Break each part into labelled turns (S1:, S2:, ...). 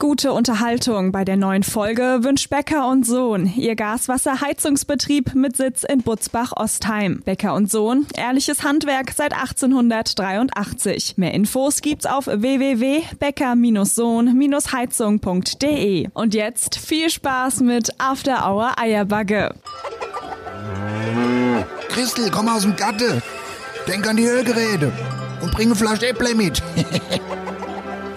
S1: gute Unterhaltung bei der neuen Folge wünscht Becker und Sohn, ihr Gaswasserheizungsbetrieb mit Sitz in Butzbach-Ostheim. Becker und Sohn, ehrliches Handwerk seit 1883. Mehr Infos gibt's auf www.becker-sohn-heizung.de. Und jetzt viel Spaß mit After Hour Eierbagge.
S2: Christel, komm aus dem Gatte. Denk an die Ölgeräte. Und bringe eine Flasche Äpple mit.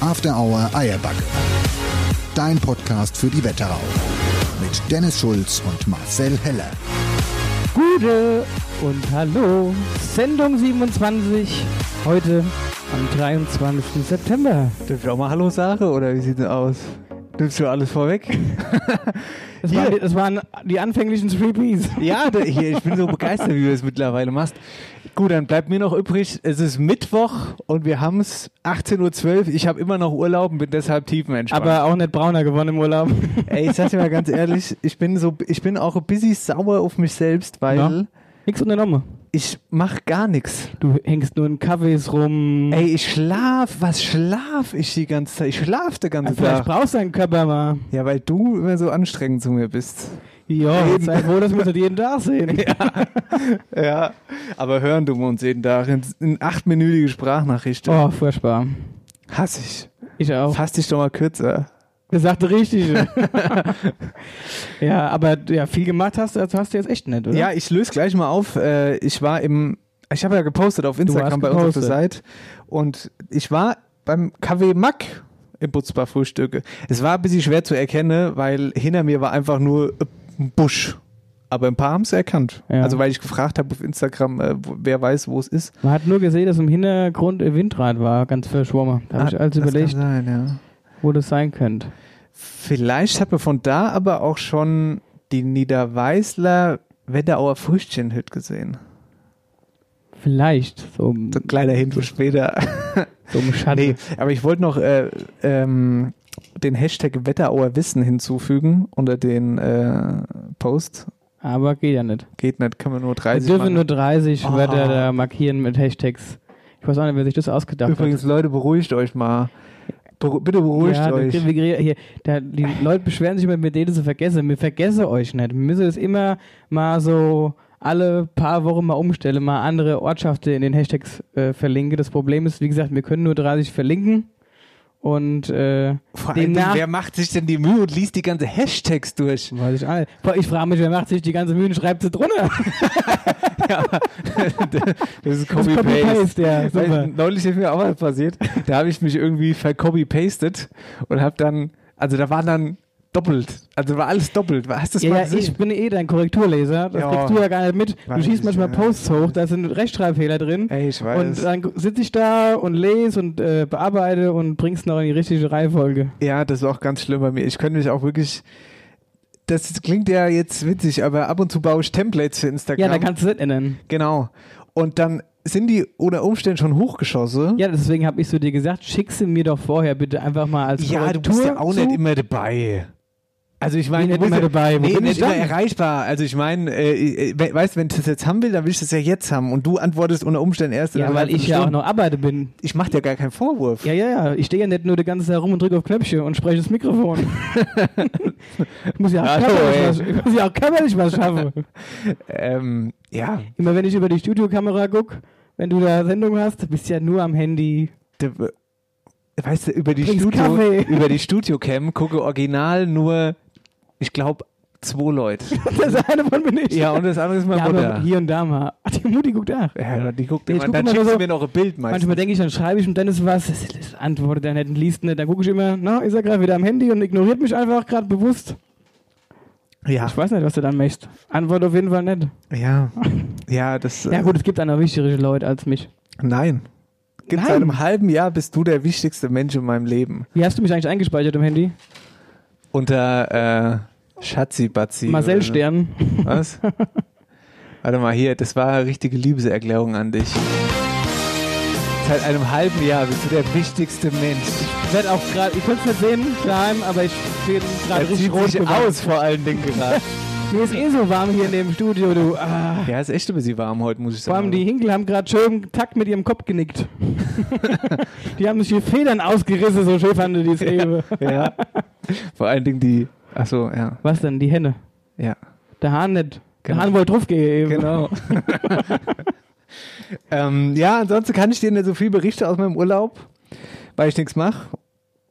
S2: After Hour Eierbacke. Dein Podcast für die Wetterau. Mit Dennis Schulz und Marcel Heller.
S3: Gute und hallo. Sendung 27 heute am 23. September.
S4: Dürfen wir auch mal Hallo sagen oder wie sieht's denn aus? Nimmst du alles vorweg?
S3: Das waren, die, das waren die anfänglichen Threepies.
S4: ja, da, hier, ich bin so begeistert, wie du es mittlerweile machst. Gut, dann bleibt mir noch übrig, es ist Mittwoch und wir haben es 18.12 Uhr. Ich habe immer noch Urlaub und bin deshalb tiefenentspannt.
S3: Aber auch nicht brauner geworden im Urlaub.
S4: Ey, ich sag's dir mal ganz ehrlich, ich bin, so, ich bin auch ein bisschen sauer auf mich selbst, weil
S3: Ja. Nix unternommen.
S4: ich mache gar nichts.
S3: Du hängst nur in Cafés rum. Also
S4: Ey, ich schlaf, was schlaf ich die ganze Zeit? Ich schlaf die ganze
S3: Vielleicht
S4: Zeit.
S3: brauchst du deinen Körper mal.
S4: Ja, weil du immer so anstrengend zu mir bist.
S3: Ja, sei froh, dass wir das jeden Tag sehen.
S4: Ja, aber hören tun wir uns jeden Tag in, in achtminütige Sprachnachricht.
S3: Oh, furchtbar.
S4: Hass ich.
S3: Ich auch.
S4: Fass dich doch mal kürzer.
S3: Das sagt der Richtige. ja, aber ja, viel gemacht hast, also hast du jetzt echt nicht, oder?
S4: Ja, ich löse gleich mal auf. Äh, Ich war im, ich habe ja gepostet auf Instagram
S3: hast
S4: bei uns auf der Seite
S3: gepostet.
S4: und ich war beim KW Mack im Butzbar Frühstücke. Es war ein bisschen schwer zu erkennen, weil hinter mir war einfach nur ein Busch. Aber ein paar haben es erkannt.
S3: Ja.
S4: Also weil ich gefragt habe auf Instagram, äh, wo- wer weiß, wo es ist.
S3: Man hat nur gesehen, dass im Hintergrund ein Windrad war, ganz verschwommen. Da habe ich alles
S4: Ah, das
S3: überlegt,
S4: kann Sein, ja.
S3: wo das sein könnte.
S4: Vielleicht hat man von da aber auch schon die Niederweißler Wetterauer Früchtchenhütte gesehen.
S3: Vielleicht, so, um-
S4: So ein kleiner Hinweis später.
S3: so im Schatten.
S4: Nee, aber ich wollte noch äh, ähm, den Hashtag Wetterauer Wissen hinzufügen unter den äh, Post.
S3: Aber geht ja nicht.
S4: Geht nicht, können wir nur
S3: Wir
S4: 30
S3: dürfen nur
S4: machen.
S3: 30
S4: Ah.
S3: Wörter da markieren mit Hashtags. Ich weiß auch nicht, wer sich das ausgedacht
S4: Übrigens, Leute, beruhigt euch mal. Beru bitte
S3: hat.
S4: beruhigt
S3: Ja,
S4: euch.
S3: wir- wir- hier, da, die Leute beschweren sich immer, mit denen sie vergessen. Wir vergessen euch nicht. Wir müssen es immer mal so alle paar Wochen mal umstellen, mal andere Ortschaften in den Hashtags äh, verlinken. Das Problem ist, wie gesagt, wir können nur 30 verlinken. Und äh,
S4: Vor allem,
S3: demnach-
S4: wer macht sich denn die Mühe und liest die ganze Hashtags durch?
S3: Weiß ich auch nicht. Boah, Ich frage mich, wer macht sich die ganze Mühe und schreibt sie drunter?
S4: Das ist
S3: Das Copy-Paste, ja, super.
S4: Weil neulich ist mir auch was passiert. Da habe ich mich irgendwie vercopy-pastet und habe dann, also da waren dann doppelt, also war alles doppelt. Hast du das
S3: Ja,
S4: mal
S3: ja,
S4: gesehen?
S3: ich bin eh dein Korrekturleser. Das
S4: Ja.
S3: kriegst du ja gar nicht mit. Du
S4: Weiß
S3: schießt
S4: ich,
S3: manchmal
S4: ja.
S3: Posts hoch, da sind Rechtschreibfehler drin.
S4: Ey, ich weiß.
S3: Und äh, dann sitze ich da und lese und äh, bearbeite und bring's noch in die richtige Reihenfolge.
S4: ja, das war auch ganz schlimm bei mir. Ich könnte mich auch wirklich, das klingt ja jetzt witzig, aber ab und zu baue ich Templates für
S3: Ja,
S4: Instagram.
S3: da kannst du nicht ändern.
S4: genau. Und dann sind die unter Umständen schon hochgeschossen.
S3: Ja, deswegen habe ich zu dir gesagt, schick sie mir doch vorher bitte einfach mal als
S4: Ja, du
S3: Korrektur
S4: bist ja auch nicht
S3: zu.
S4: immer dabei. Also ich
S3: Wie
S4: meine,
S3: nicht
S4: du bist
S3: immer
S4: ja-
S3: dabei? Wo
S4: nee,
S3: bin
S4: nicht
S3: ich
S4: immer
S3: dann?
S4: erreichbar. Also ich meine, äh, äh, we- weißt, wenn ich das jetzt haben will, dann will ich das ja jetzt haben. Und du antwortest unter Umständen erst. in
S3: Ja,
S4: einer
S3: weil
S4: halben
S3: ich ja auch
S4: Stunde.
S3: noch arbeite bin.
S4: Ich mache dir gar keinen Vorwurf.
S3: Ja, ja, ja. Ich stehe ja nicht nur die ganze Zeit rum und drücke auf Knöpfchen und spreche das Mikrofon. ich muss ja auch
S4: Hallo,
S3: körperlich
S4: ey.
S3: was- ich muss ja auch körperlich was schaffen.
S4: Ähm, ja.
S3: Immer wenn ich über die Studiokamera guck, wenn du da Sendung hast, bist ja nur am Handy.
S4: Der- Weißt du, über die,
S3: Trinkst
S4: Studio,
S3: Kaffee.
S4: über die Studio-Cam gucke original nur, ich glaube, zwei Leute.
S3: Das eine von bin ich.
S4: ja, und das andere ist meine
S3: Ja, aber
S4: Mutter.
S3: hier und da mal. Ach, die Mutti guckt nach.
S4: Ja, die guckt
S3: Ich
S4: immer,
S3: guck
S4: dann
S3: immer
S4: schickst du
S3: so-
S4: mir noch ein Bild meistens.
S3: Manchmal denke ich, dann schreibe ich und dann ist was, das, das antwortet er nicht, und liest nicht. Dann gucke ich immer, na, ist er gerade wieder am Handy und ignoriert mich einfach gerade bewusst.
S4: Ja,
S3: Ich weiß nicht, was du dann möchtest. Antwort auf jeden Fall nicht.
S4: ja, ja, das,
S3: Ja
S4: äh,
S3: gut, es gibt auch noch wichtigere Leute als mich.
S4: nein. Gibt seit einem halben Jahr bist du der wichtigste Mensch in meinem Leben.
S3: Wie hast du mich eigentlich eingespeichert im Handy?
S4: Unter äh, Schatzi Batzi.
S3: Marcel
S4: oder so.
S3: Stern.
S4: Was? Warte mal hier, das war eine richtige Liebeserklärung an dich. Seit einem halben Jahr bist du der wichtigste Mensch.
S3: Ich werd auch gerade, ihr könnt es nicht sehen daheim, aber ich bin gerade
S4: Er
S3: richtig
S4: sieht
S3: rot
S4: sich
S3: geworden.
S4: aus vor allen Dingen gerade.
S3: Mir ist eh so warm hier in dem Studio, du. Ah.
S4: ja, ist echt ein bisschen warm heute, muss ich
S3: Vor
S4: sagen.
S3: allem die Hinkel haben gerade schön Takt mit ihrem Kopf genickt. die haben sich die Federn ausgerissen, so schön fand die es eben.
S4: Ja. Vor allen Dingen die. Achso, ja.
S3: Was denn, die Henne?
S4: Ja.
S3: Der Hahn nicht. Der
S4: Genau.
S3: Hahn wollte draufgehen eben.
S4: Genau. ähm, ja, ansonsten kann ich dir nicht so viel berichten aus meinem Urlaub, weil ich nichts mache,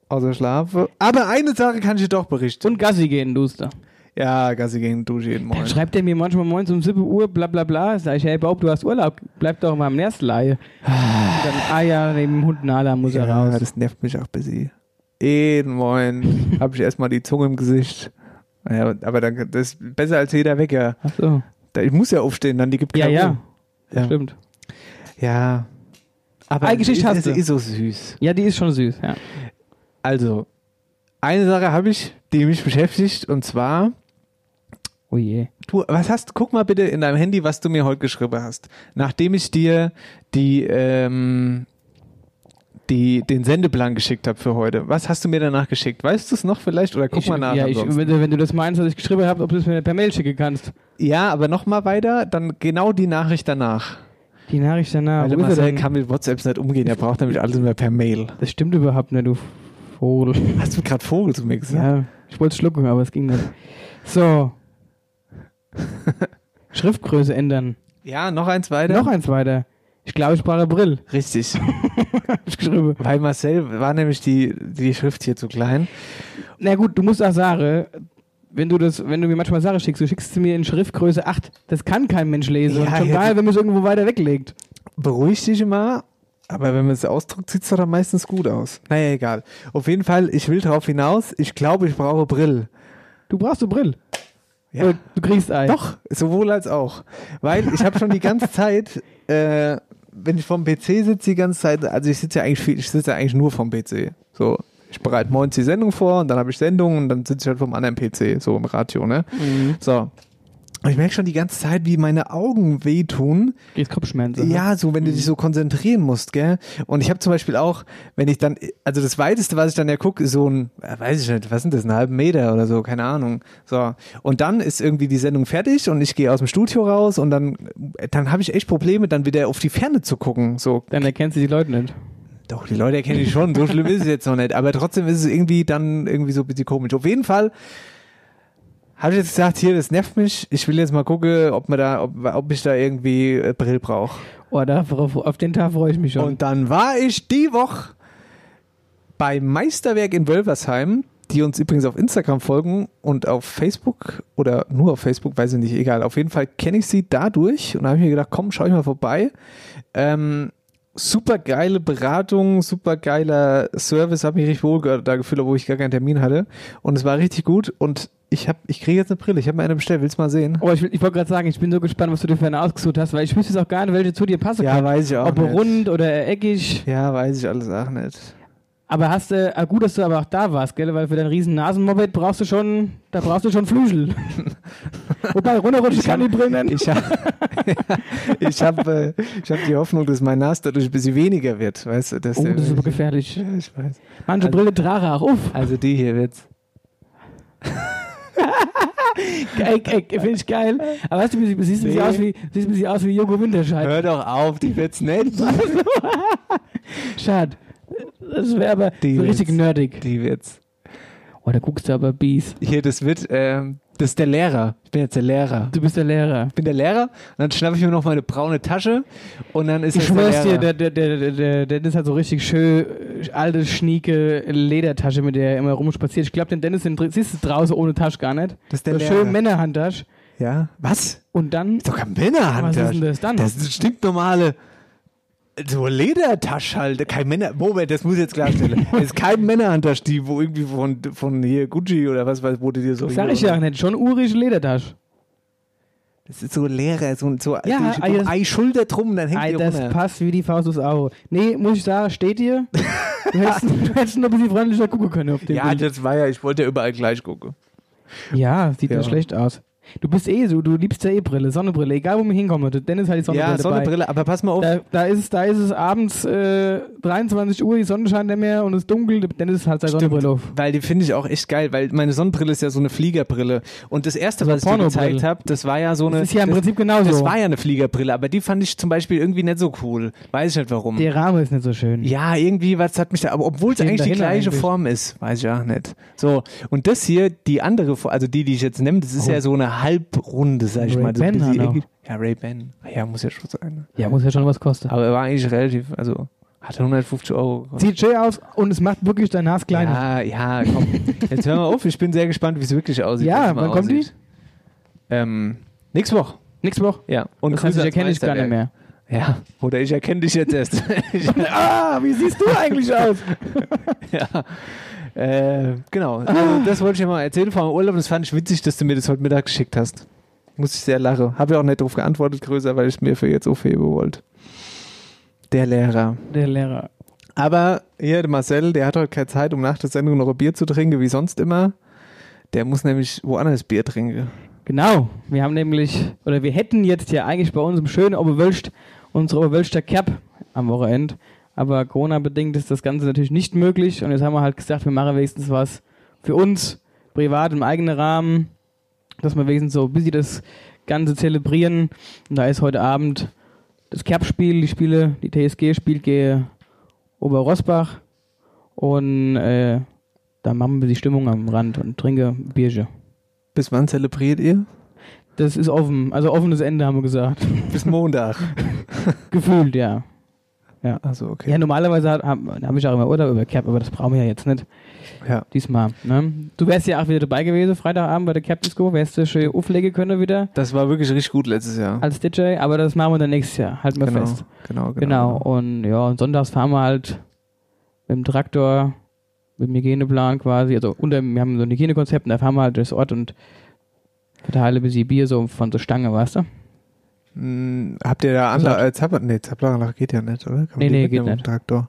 S4: außer schlafe. Aber eine Sache kann ich dir doch berichten.
S3: Und Gassi gehen, Duster.
S4: Ja, Gassi gehen Dusche jeden Morgen.
S3: Dann schreibt er mir manchmal morgens um 7 Uhr, bla bla bla. Sag ich, hey Bob, du hast Urlaub, bleib doch mal am Nestleihe. dann, ah ja, neben dem Hund Nala muss er
S4: Ja,
S3: raus.
S4: das nervt mich auch bis sie. Jeden Morgen habe ich erstmal die Zunge im Gesicht. Ja, aber dann, das ist besser als jeder Wecker.
S3: Ach so.
S4: Da- Ich muss ja aufstehen, dann die gibt
S3: Ja,
S4: keine
S3: ja,
S4: Ruhe. ja.
S3: stimmt.
S4: Ja. Aber
S3: Eine Geschichte
S4: es,
S3: hast
S4: es
S3: du.
S4: ist so süß.
S3: Ja, die ist schon süß, ja.
S4: Also, eine Sache habe ich, die mich beschäftigt, und zwar,
S3: Oh je.
S4: du, was hast, guck mal bitte in deinem Handy, was du mir heute geschrieben hast. Nachdem ich dir die, ähm, die, den Sendeplan geschickt habe für heute. Was hast du mir danach geschickt? Weißt du es noch vielleicht? Oder guck
S3: ich,
S4: mal nach.
S3: Ja, ich,
S4: ansonsten.
S3: wenn, du- wenn du das meinst, dass ich geschrieben habe, ob du es mir per Mail schicken kannst.
S4: ja aber noch mal weiter, dann genau die Nachricht danach.
S3: Die Nachricht danach.
S4: Weil der
S3: Wo ist er
S4: Marcel
S3: denn?
S4: kann mit WhatsApp nicht umgehen, er braucht nämlich alles mehr per Mail.
S3: Das stimmt überhaupt nicht, du Vogel.
S4: Hast du gerade Vogel zu mir gesagt?
S3: Ja, ich wollte schlucken, aber es ging nicht. So. Schriftgröße ändern.
S4: Ja, noch eins weiter.
S3: Noch eins weiter. Ich glaube, ich brauche Brill.
S4: Richtig.
S3: Hab ich geschrieben.
S4: Weil Marcel war nämlich die, die Schrift hier zu klein.
S3: Na gut, du musst auch sagen, wenn du das, wenn du mir manchmal Sache schickst, du schickst sie mir in Schriftgröße 8. Das kann kein Mensch lesen.
S4: Ja,
S3: Und schon
S4: ja,
S3: geil, wenn man es irgendwo weiter weglegt.
S4: Beruhig dich immer, aber wenn man es ausdruckt, sieht es doch dann meistens gut aus. Naja, egal. Auf jeden Fall, ich will drauf hinaus. Ich glaube, ich brauche Brill.
S3: Du brauchst eine Brill.
S4: Ja.
S3: Und Äh, Du kriegst ein.
S4: Doch, sowohl als auch. Weil ich habe schon die ganze Zeit, äh, wenn ich vom PC sitze, die ganze Zeit, also ich sitze ja eigentlich viel, ich sitze ja eigentlich nur vom PC. So, ich bereite morgens die Sendung vor und dann habe ich Sendung und dann sitze ich halt vom anderen PC, so im Radio, ne? So. Und ich merke schon die ganze Zeit, wie meine Augen wehtun,
S3: Kriegst Kopfschmerzen. ne?
S4: Ja, so wenn du dich so konzentrieren musst, gell? Und ich habe zum Beispiel auch, wenn ich dann, also das Weiteste, was ich dann ja gucke, ist so ein, äh, weiß ich nicht, was sind das, einen halben Meter oder so, keine Ahnung. So. Und dann ist irgendwie die Sendung fertig und ich gehe aus dem Studio raus und dann, äh, dann habe ich echt Probleme, dann wieder auf die Ferne zu gucken. So,
S3: Dann erkennst du die Leute nicht.
S4: doch, die Leute erkennen ich schon, so schlimm ist es jetzt noch nicht. Aber trotzdem ist es irgendwie dann irgendwie so ein bisschen komisch. Auf jeden Fall habe ich jetzt gesagt, hier, das nervt mich. Ich will jetzt mal gucken, ob man da, ob, ob ich da irgendwie äh, Brill brauche.
S3: Oh, da, auf, auf den Tag freue ich mich schon.
S4: Und dann war ich die Woche beim Meisterwerk in Wölversheim, die uns übrigens auf Instagram folgen und auf Facebook oder nur auf Facebook, weiß ich nicht, egal. Auf jeden Fall kenne ich sie dadurch und habe mir gedacht, komm, schau ich mal vorbei. Ähm, super geile Beratung, super geiler Service, habe mich richtig wohl ge- da gefühlt, obwohl ich gar keinen Termin hatte. Und es war richtig gut und ich, hab- ich kriege jetzt eine Brille, ich habe mir eine bestellt, willst du mal sehen?
S3: Oh, ich, will- ich wollte gerade sagen, ich bin so gespannt, was du dir für eine ausgesucht hast, weil ich wüsste jetzt auch gar nicht, welche zu dir passen kann.
S4: weiß ich
S3: Ob rund oder eckig.
S4: Ja, weiß ich alles auch nicht.
S3: Aber hast du, ah, gut, dass du aber auch da warst, gell? Weil für dein riesen Nasenmoped brauchst du schon, da brauchst du schon Flügel. Wobei runterrutschen kann die Brille nicht.
S4: Ich habe ich hab, äh, ich hab die Hoffnung, dass mein Nas dadurch ein bisschen weniger wird. Weißt du, dass
S3: Oh,
S4: der-
S3: das ist aber gefährlich.
S4: ja, ich weiß.
S3: Manche
S4: Also-
S3: Brille trage auch auf.
S4: Also die hier wird's.
S3: Eck, eck, finde ich geil. Aber weißt du, sie siehst ein bisschen
S4: Nee.
S3: aus wie, siehst ein bisschen aus wie Jogo Winterscheid.
S4: Hör doch auf, die wird's nicht.
S3: Schade. Das wäre aber
S4: Die
S3: so richtig
S4: wird's.
S3: nerdig.
S4: Die wird's.
S3: Oh, da guckst du aber Bies.
S4: Hier, das wird, ähm, das ist der Lehrer. Ich bin jetzt der Lehrer.
S3: Du bist der Lehrer.
S4: Ich bin der Lehrer, und dann schnappe ich mir noch meine braune Tasche und dann ist
S3: Ich
S4: das der
S3: schwör's dir,
S4: Lehrer.
S3: der, der, der, der, der Dennis hat so richtig schön äh, alte, schnieke Ledertasche, mit der er immer rumspaziert. Ich glaube, den Dennis den, siehst du draußen ohne Tasche gar nicht.
S4: Das ist der
S3: so
S4: Lehrer.
S3: schön Männerhandtasche.
S4: ja. Was?
S3: Und dann,
S4: Ist doch kein Männerhand.
S3: was ist denn das dann?
S4: Das ist eine stinknormale so Ledertasche halt, kein Männer, Moment, das muss ich jetzt klarstellen. es ist kein Männerhandtasche, die wo irgendwie von, von hier Gucci oder was weiß, wurde dir so.
S3: Sag ich ja nicht, schon urige Ledertasche.
S4: Das ist so leerer, so, so
S3: Ja,
S4: so-
S3: Ei, das-
S4: Ei Schulter drum, dann hängt
S3: Ei,
S4: die
S3: das
S4: runter.
S3: passt wie die Faust aufs Auge. Nee, muss ich sagen, steht ihr? Du hättest, du hättest noch ein bisschen freundlicher gucken können auf dem
S4: Ja,
S3: Bild.
S4: das war ja, ich wollte ja überall gleich gucken.
S3: Ja, sieht
S4: Ja.
S3: das schlecht aus. Du bist eh so, du liebst ja eh Brille, Sonnenbrille, egal wo wir hinkommen. Der Dennis hat die Sonnenbrille
S4: Ja,
S3: dabei.
S4: Sonnenbrille, aber pass mal auf.
S3: Da, da, ist, es- da ist es abends äh, 23 Uhr, die Sonne scheint nicht mehr und es ist dunkel, der Dennis hat seine Sonnenbrille auf.
S4: Weil die finde ich auch echt geil, weil meine Sonnenbrille ist ja so eine Fliegerbrille. Und das erste,
S3: Das
S4: was
S3: ist
S4: ich dir
S3: eine
S4: gezeigt
S3: Pornobrille.
S4: habe, das war ja so eine.
S3: Das ist ja im
S4: das,
S3: Prinzip genauso.
S4: Das war ja eine Fliegerbrille, aber die fand ich zum Beispiel irgendwie nicht so cool. Weiß ich nicht warum.
S3: Der Rahmen ist nicht so schön.
S4: ja, irgendwie was hat mich da, aber obwohl es
S3: Hm. Stehen
S4: eigentlich die
S3: dahinter
S4: gleiche
S3: eigentlich.
S4: Form ist, weiß ich auch nicht. So, und das hier, die andere, Fo- also die, die ich jetzt nehme, das ist
S3: Oh.
S4: ja so eine halbrunde, sag ich mal. So ein
S3: Ray-Ban
S4: bisschen
S3: hat auch.
S4: irgendwie- Ja, Ray-Ban. Ja, muss ja schon sein.
S3: Ah Ja, ne? muss ja schon was kosten.
S4: Aber er war eigentlich relativ, also hatte 150 Euro. gekostet.
S3: Sieht schön aus und es macht wirklich dein Nas kleiner.
S4: Ja, ja, komm. Jetzt hören wir auf. Ich bin sehr gespannt, wie es wirklich aussieht.
S3: Ja,
S4: wenn es mal
S3: wann kommt die?
S4: aussieht. Ähm, nächste Woche.
S3: Nächste Woche.
S4: Ja. Und
S3: das heißt, ich
S4: Grüße
S3: erkenne
S4: ans
S3: dich gar nicht mehr.
S4: Meisterwerk. Ja. Oder ich erkenne dich jetzt erst.
S3: Ah, wie siehst du eigentlich aus?
S4: ja. Äh, genau. Also, das wollte ich dir mal erzählen vor dem Urlaub. Und das fand ich witzig, dass du mir das heute Mittag geschickt hast. Muss ich sehr lachen. Habe ja auch nicht darauf geantwortet, größer, weil ich mir für jetzt aufheben wollte. Der Lehrer.
S3: Der Lehrer.
S4: Aber hier, der Marcel, der hat heute keine Zeit, um nach der Sendung noch ein Bier zu trinken, wie sonst immer. Der muss nämlich woanders Bier trinken.
S3: Genau, wir haben nämlich, oder wir hätten jetzt hier eigentlich bei uns im schönen Oberwölsch unsere Oberwölschter Cap am Wochenende. Aber Corona-bedingt ist das Ganze natürlich nicht möglich. Und jetzt haben wir halt gesagt, wir machen wenigstens was für uns, privat, im eigenen Rahmen, dass wir wenigstens so busy das Ganze zelebrieren. Und da ist heute Abend das Cap-Spiel, die Spiele, die TSG spielt gegen Oberrosbach. Und äh, da machen wir die Stimmung am Rand und trinke Bierchen.
S4: Bis wann zelebriert ihr?
S3: Das ist offen. Also offenes Ende haben wir gesagt.
S4: Bis Montag.
S3: Gefühlt, ja.
S4: Also okay.
S3: Ja, normalerweise habe hab ich auch immer Urlaub über Cap, aber das brauchen wir ja jetzt nicht.
S4: Ja.
S3: Diesmal. Ne? Du wärst ja auch wieder dabei gewesen, Freitagabend bei der Cap Disco. Wärst du schön auflegen können wieder
S4: Das war wirklich richtig gut letztes Jahr.
S3: als DJ, aber das machen wir dann nächstes Jahr. Halten wir
S4: genau,
S3: Also, fest.
S4: genau, genau.
S3: Genau. Und ja, und sonntags fahren wir halt mit dem Traktor, mit dem Hygieneplan quasi. Also unter, wir haben so ein Hygienekonzept und da fahren wir halt durchs Ort und verteile ein bisschen Bier so von so Stange, weißt du?
S4: Hm, habt ihr da andere als Zapper? Nee, Zappelanlach geht ja nicht, oder? Kann man
S3: Nee,
S4: die
S3: nee,
S4: mitnehmen
S3: geht
S4: mit dem
S3: nicht.
S4: Traktor.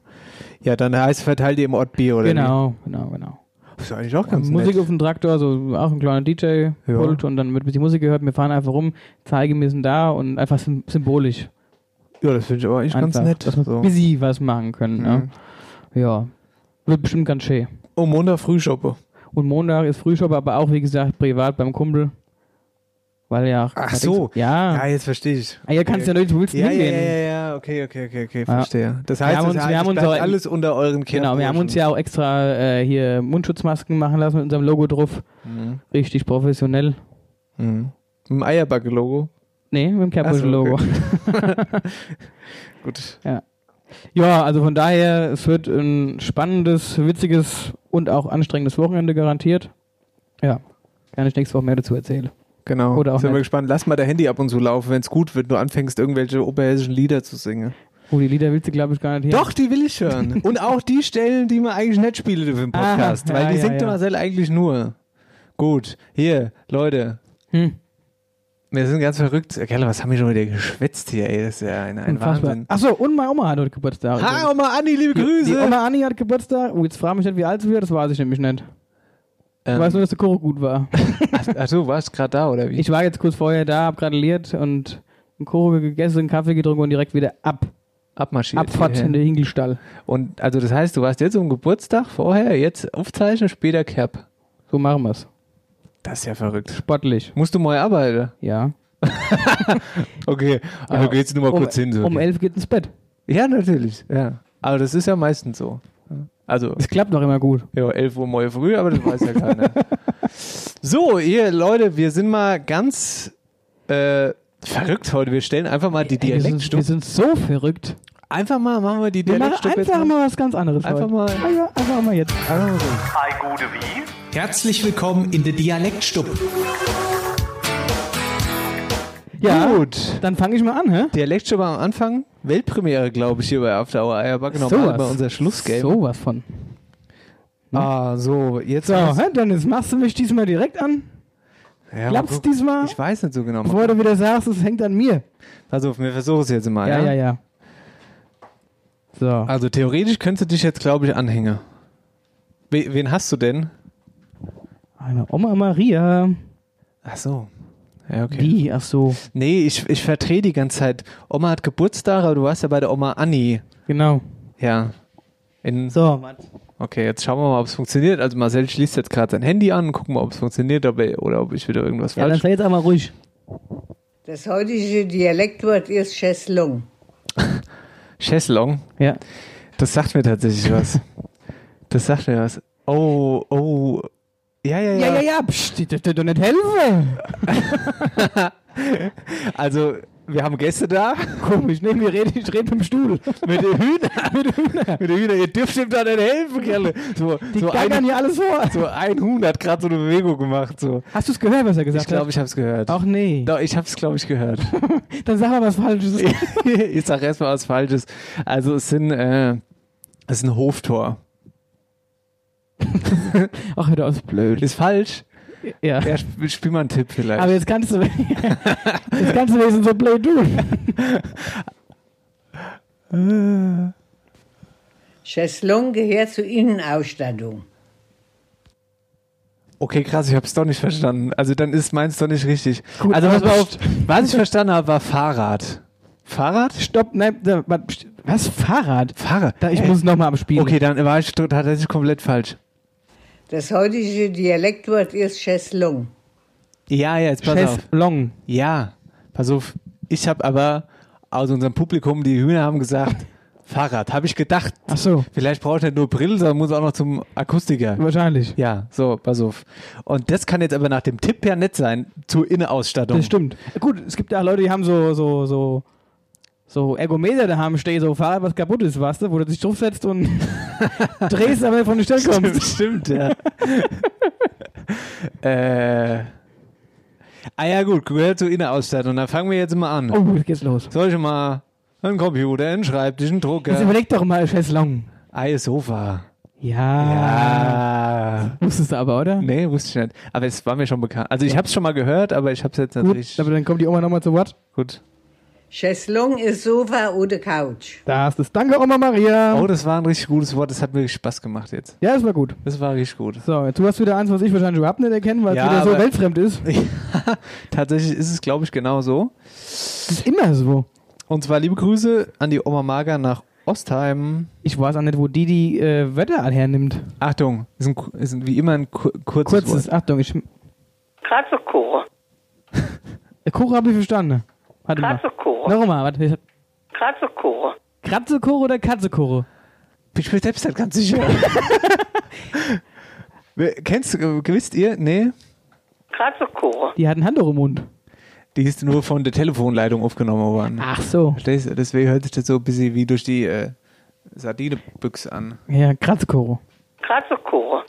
S4: Ja, dann heißt verteilt ihr im Ort Bier, oder?
S3: genau, genau, genau.
S4: Wie? Das ist eigentlich auch ganz
S3: Ähm, Musik
S4: nett.
S3: auf dem Traktor, so auch ein kleiner DJ-Pult und dann wird ein bisschen Musik gehört. Wir fahren einfach rum, zeigen, wir sind da und einfach sym symbolisch.
S4: Ja, das finde ich aber eigentlich
S3: Einfach,
S4: ganz nett.
S3: Dass wir
S4: So.
S3: busy was machen können.
S4: Mhm.
S3: Ne? Ja, wird bestimmt ganz schön.
S4: Oh, Montag früh shoppen.
S3: Und Montag ist Frühschoppe, aber auch, wie gesagt, privat beim Kumpel. Weil ja. auch-
S4: Ach so.
S3: Ja.
S4: Ja, jetzt verstehe ich.
S3: Ah, Hier kannst du ja nicht, wo willst du
S4: Ja, ja,
S3: hingehen?
S4: ja, ja, okay, okay, okay, okay,
S3: Ja.
S4: verstehe. Das heißt,
S3: haben
S4: es
S3: uns- wir
S4: heißt,
S3: haben uns
S4: bleibt
S3: aber-
S4: alles unter euren Kindern.
S3: Genau, wir haben uns ja auch extra äh, hier Mundschutzmasken machen lassen mit unserem Logo drauf.
S4: Mhm.
S3: Richtig professionell.
S4: Mhm. Mit dem Eierbacke-Logo.
S3: Nee, mit dem
S4: Ach so,
S3: Capuchin-Logo.
S4: okay. Gut.
S3: Ja, also von daher, es wird ein spannendes, witziges und auch anstrengendes Wochenende garantiert. Ja, kann ich nächste Woche mehr dazu erzählen.
S4: Genau.
S3: Oder auch
S4: Sind wir
S3: nicht.
S4: gespannt. Lass mal dein Handy ab und zu laufen, wenn es gut wird. Du anfängst, irgendwelche oberhessischen Lieder zu singen.
S3: Oh, die Lieder willst du, glaube ich, gar nicht hören.
S4: Doch, die will ich hören. und auch die Stellen, die man eigentlich nicht spielen dürfen im
S3: Ah,
S4: Podcast. weil
S3: ja,
S4: die
S3: ja,
S4: singt
S3: ja.
S4: der Marcel eigentlich nur. Gut. Hier, Leute.
S3: Hm,
S4: Wir sind ganz verrückt. Kerle, was haben wir schon wieder geschwätzt hier, ey? Das ist ja ein, ein
S3: unfassbar.
S4: Wahnsinn.
S3: Achso, und meine Oma hat heute Geburtstag.
S4: Ha, oh, Oma Anni, liebe Grüße.
S3: Die Oma Anni hat Geburtstag. Oh, jetzt frage mich nicht, wie alt sie wird, das weiß ich nämlich nicht. Ich
S4: Ähm,
S3: weiß nur, dass der Koro gut war.
S4: Hm. Ach so, warst gerade da, oder wie?
S3: Ich war jetzt kurz vorher da, hab gratuliert und einen Koro gegessen, einen Kaffee getrunken und direkt wieder ab.
S4: Abmarschiert.
S3: Abfahrt
S4: hierher.
S3: in den Hinkelstall.
S4: Und also das heißt, du warst jetzt am Geburtstag vorher, jetzt aufzeichnen, später Cap.
S3: So machen wir's.
S4: Das ist ja verrückt.
S3: Sportlich.
S4: Musst du mal arbeiten.
S3: Ja.
S4: Okay, also
S3: Ja.
S4: geht's nur mal
S3: um,
S4: kurz hin. So.
S3: um elf geht ins Bett.
S4: ja, natürlich. Ja. Aber das ist ja meistens so. Also,
S3: Das klappt doch immer gut.
S4: ja, 11 Uhr morgen früh, aber das weiß ja keiner. so, ihr Leute, wir sind mal ganz äh, verrückt heute. Wir stellen einfach mal die
S3: Ey, wir, sind, wir
S4: Dialektstufe.
S3: sind so verrückt.
S4: Einfach mal machen wir die
S3: Wir machen
S4: Dialektstufe. jetzt
S3: einfach mal was ganz anderes.
S4: Einfach
S3: heute.
S4: mal-
S3: Einfach, einfach mal jetzt.
S5: Herzlich willkommen in der Dialektstub.
S3: Ja,
S4: Gut.
S3: dann fange ich mal an, hä?
S4: Dialektstufe am Anfang. Weltpremiere, glaube ich, hier bei After Hour Eierbacke. Normal bei unser Schlussgame.
S3: Sowas von.
S4: Ah, so, jetzt.
S3: So,
S4: war's.
S3: hä, Dennis, machst du mich diesmal direkt an?
S4: Ja,
S3: Klappt's
S4: mal gucken.
S3: diesmal?
S4: Ich weiß nicht so genau.
S3: Bevor du wieder sagst, es hängt an mir.
S4: Pass auf, wir versuchen es jetzt mal.
S3: Ja, ja, ja. So.
S4: Also theoretisch könntest du dich jetzt, glaube ich, anhängen. We wen hast du denn?
S3: Eine Oma Maria.
S4: Ach so. Ja, okay.
S3: Die, ach so.
S4: Nee, ich, ich verdrehe die ganze Zeit. Oma hat Geburtstag, aber du warst ja bei der Oma Anni.
S3: Genau.
S4: Ja. In,
S3: So,
S4: Okay, jetzt schauen wir mal, ob es funktioniert. Also Marcel schließt jetzt gerade sein Handy an und gucken mal, ob es funktioniert ob er, oder ob ich wieder irgendwas
S3: Ja, dann
S4: falsch...
S3: sei jetzt einmal ruhig.
S6: Das heutige Dialektwort ist Schäslung.
S4: Chesslong,
S3: Ja.
S4: das sagt mir tatsächlich was. Das sagt mir was. Oh, oh. Ja, ja, ja.
S3: Ja, ja, ja. Psst, ich dürfte doch nicht helfen.
S4: Also, wir haben Gäste da.
S3: Komisch, ne? Mir rede ich rede mit dem Stuhl.
S4: Mit den Hühnern. Mit den Hühnern. Ihr dürft ihm da nicht helfen, Kerle. So,
S3: Die
S4: so,
S3: gackern
S4: ein,
S3: hier alles vor.
S4: so ein Huhn hat gerade so eine Bewegung gemacht. So.
S3: Hast du es gehört, was er gesagt
S4: Ich glaube,
S3: hat?
S4: ich habe es gehört.
S3: Ach nee.
S4: Doch, ich habe es, glaube ich, gehört.
S3: Dann sag mal was Falsches.
S4: ich sage erstmal was Falsches. Also, es, sind, äh, es ist ein Hoftor.
S3: Ach, hör auf.
S4: Blöd. Äh, Ist falsch.
S3: Ja.
S4: Ja, sp spiel mal einen Tipp vielleicht.
S3: Aber jetzt kannst du. jetzt kannst du wenigstens so blöd tun.
S6: Schäslung gehört zur Innenausstattung.
S4: Okay, krass, ich habe es doch nicht verstanden. Also, dann ist meins doch nicht richtig.
S3: Gut,
S4: also, pass
S3: aber
S4: mal auf. Was ich verstanden habe, war Fahrrad. Fahrrad?
S3: Stopp, nein. da- wa- pst, Was? Fahrrad?
S4: Fahrrad. Äh,
S3: Da, ich muss nochmal am Spiel.
S4: Okay, dann war ich tatsächlich komplett falsch.
S6: Das heutige Dialektwort ist Schäslung.
S4: Ja, ja, jetzt pass auf.
S3: Chess Long.
S4: Ja, pass auf. Ich habe aber aus unserem Publikum, die Hühner haben gesagt, Fahrrad, habe ich gedacht.
S3: Ach so,
S4: Vielleicht braucht er nicht nur Brill, sondern muss auch noch zum Akustiker.
S3: wahrscheinlich.
S4: Ja, so, pass auf. Und das kann jetzt aber nach dem Tipp her nett sein zur Innenausstattung.
S3: Das stimmt. Gut, es gibt ja Leute, die haben so, so, so, so Ergometer da haben stehen, so Fahrrad, was kaputt ist, weißt du, wo du dich draufsetzt und drehst, aber von der Stelle kommst.
S4: Stimmt, stimmt ja. äh. Ah ja, gut, gehört zur Innenausstattung. Dann fangen wir jetzt mal an.
S3: Oh, jetzt geht's los.
S4: Soll ich mal einen Computer, einen Schreibtisch, einen
S3: Jetzt
S4: Drucker?
S3: überleg doch mal, Chess Long.
S4: Eis, Sofa.
S3: Ah. Ja.
S4: Ja.
S3: Wusstest du aber, oder?
S4: Nee, wusste ich nicht. Aber es war mir schon bekannt. Also ich habe es schon mal gehört, aber ich habe es jetzt natürlich
S3: Gut, aber dann kommt die Oma nochmal zu Wort.
S4: gut.
S6: Schäslung ist Sofa oder Couch.
S3: Da hast du es. Danke, Oma Maria.
S4: Oh, das war ein richtig gutes Wort. Das hat wirklich Spaß gemacht jetzt.
S3: Ja, das war gut.
S4: Das war richtig gut.
S3: So, jetzt du hast wieder eins, was ich wahrscheinlich überhaupt nicht erkenne, weil
S4: Ja,
S3: es wieder so
S4: aber-
S3: weltfremd ist.
S4: Tatsächlich ist es, glaube ich, genau so.
S3: Das ist immer so.
S4: Und zwar liebe Grüße an die Oma Mager nach Ostheim.
S3: Ich weiß auch nicht, wo die die äh, Wörter alle hernimmt.
S4: Achtung, ist, ein, ku- ist ein, wie immer ein ku kurzes,
S3: Kurzes,
S4: Wort.
S3: Achtung, ich.
S7: Kratzekore,
S3: Kuchen habe ich verstanden. Warte mal.
S7: Kratzekore,
S3: Nochmal, warte. Ich hab,
S7: Kratzekore,
S3: Kratzekore oder Katzekore?
S4: Ich bin selbst halt ganz sicher. Wer- Kennst du, äh, wisst ihr? Nee,
S7: Kratzekore,
S3: Die hat ein Handtuch im Mund.
S4: die ist nur von der Telefonleitung aufgenommen worden.
S3: Ach so.
S4: Verstehst du? Deswegen hört sich das so ein bisschen wie durch die äh, Sardinebüchse an.
S3: Ja, Kratzekore.
S7: Kratzekore,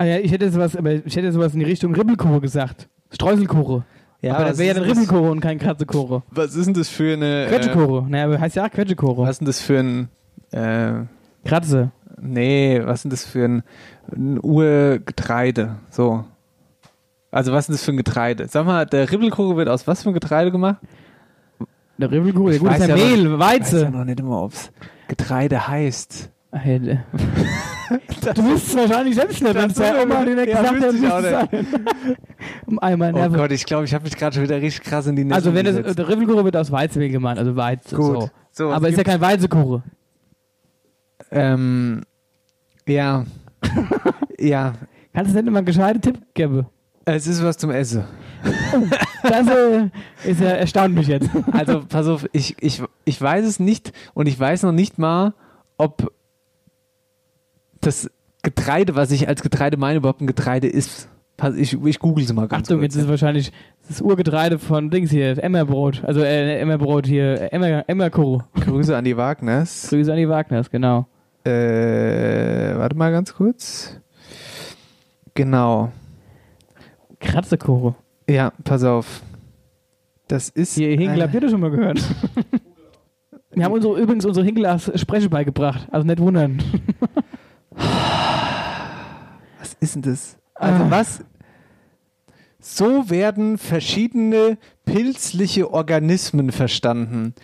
S3: Ah ja, ich hätte sowas, aber ich hätte sowas in die Richtung Ribbelkore gesagt. Streuselkore.
S4: Ja,
S3: aber das wäre ja dann Ribbelkore und kein Kratzekore.
S4: Was ist denn das für eine. Äh,
S3: Quetschekore. Naja, aber heißt ja auch Quetschekore.
S4: was ist denn das für ein. Äh,
S3: Kratze.
S4: nee, was ist denn das für ein, ein Urgetreide? So. Also, was ist denn das für ein Getreide? Sag mal, der Ribbelkuchen wird aus was für ein Getreide gemacht?
S3: Der Ribbelkore, ja gut,
S4: weiß
S3: ist ja,
S4: ja noch-
S3: Mehl,
S4: Ich weiß ja
S3: Weizen.
S4: noch nicht immer, ob es Getreide heißt.
S3: Ah, ja, äh. du wirst es wahrscheinlich selbst nicht, wenn es ja immer den gesagt
S4: wüsste ich auch
S3: hätte. müsste es sein. Um einmal
S4: Oh
S3: Nerven.
S4: Gott, ich glaube, ich habe mich gerade schon wieder richtig krass in die Nässe
S3: also, wenn es,
S4: gesetzt.
S3: der Ribbelkore wird aus Weizenmehl gemacht, also Weizen.
S4: Gut.
S3: So.
S4: So, was
S3: aber ist ja
S4: gibt's?
S3: kein Weizekore.
S4: Ähm, ja. ja.
S3: Kannst du denn immer einen gescheiten Tipp geben?
S4: Es ist was zum Essen.
S3: Das äh, ist ja erstaunt mich jetzt.
S4: Also, pass auf, ich, ich, ich weiß es nicht und ich weiß noch nicht mal, ob das Getreide, was ich als Getreide meine, überhaupt ein Getreide ist. Pass- Ich, ich google es mal ganz
S3: Achtung,
S4: kurz.
S3: jetzt ist wahrscheinlich das Urgetreide von Dings hier, Emmerbrot. Also äh, Emmerbrot hier, äh, Emmer, Emmerkoro.
S4: Grüße an die Wagners.
S3: Grüße an die Wagners, genau.
S4: Äh, warte mal ganz kurz. Genau.
S3: Kratzekoro.
S4: Ja, pass auf. Das ist.
S3: Hier Hinkel habt
S4: eine-
S3: ihr das schon mal gehört. Wir haben unsere, übrigens unsere Hinkel als Spreche beigebracht. Also nicht wundern.
S4: Ah. was ist denn das? Also, was? So werden verschiedene pilzliche Organismen verstanden.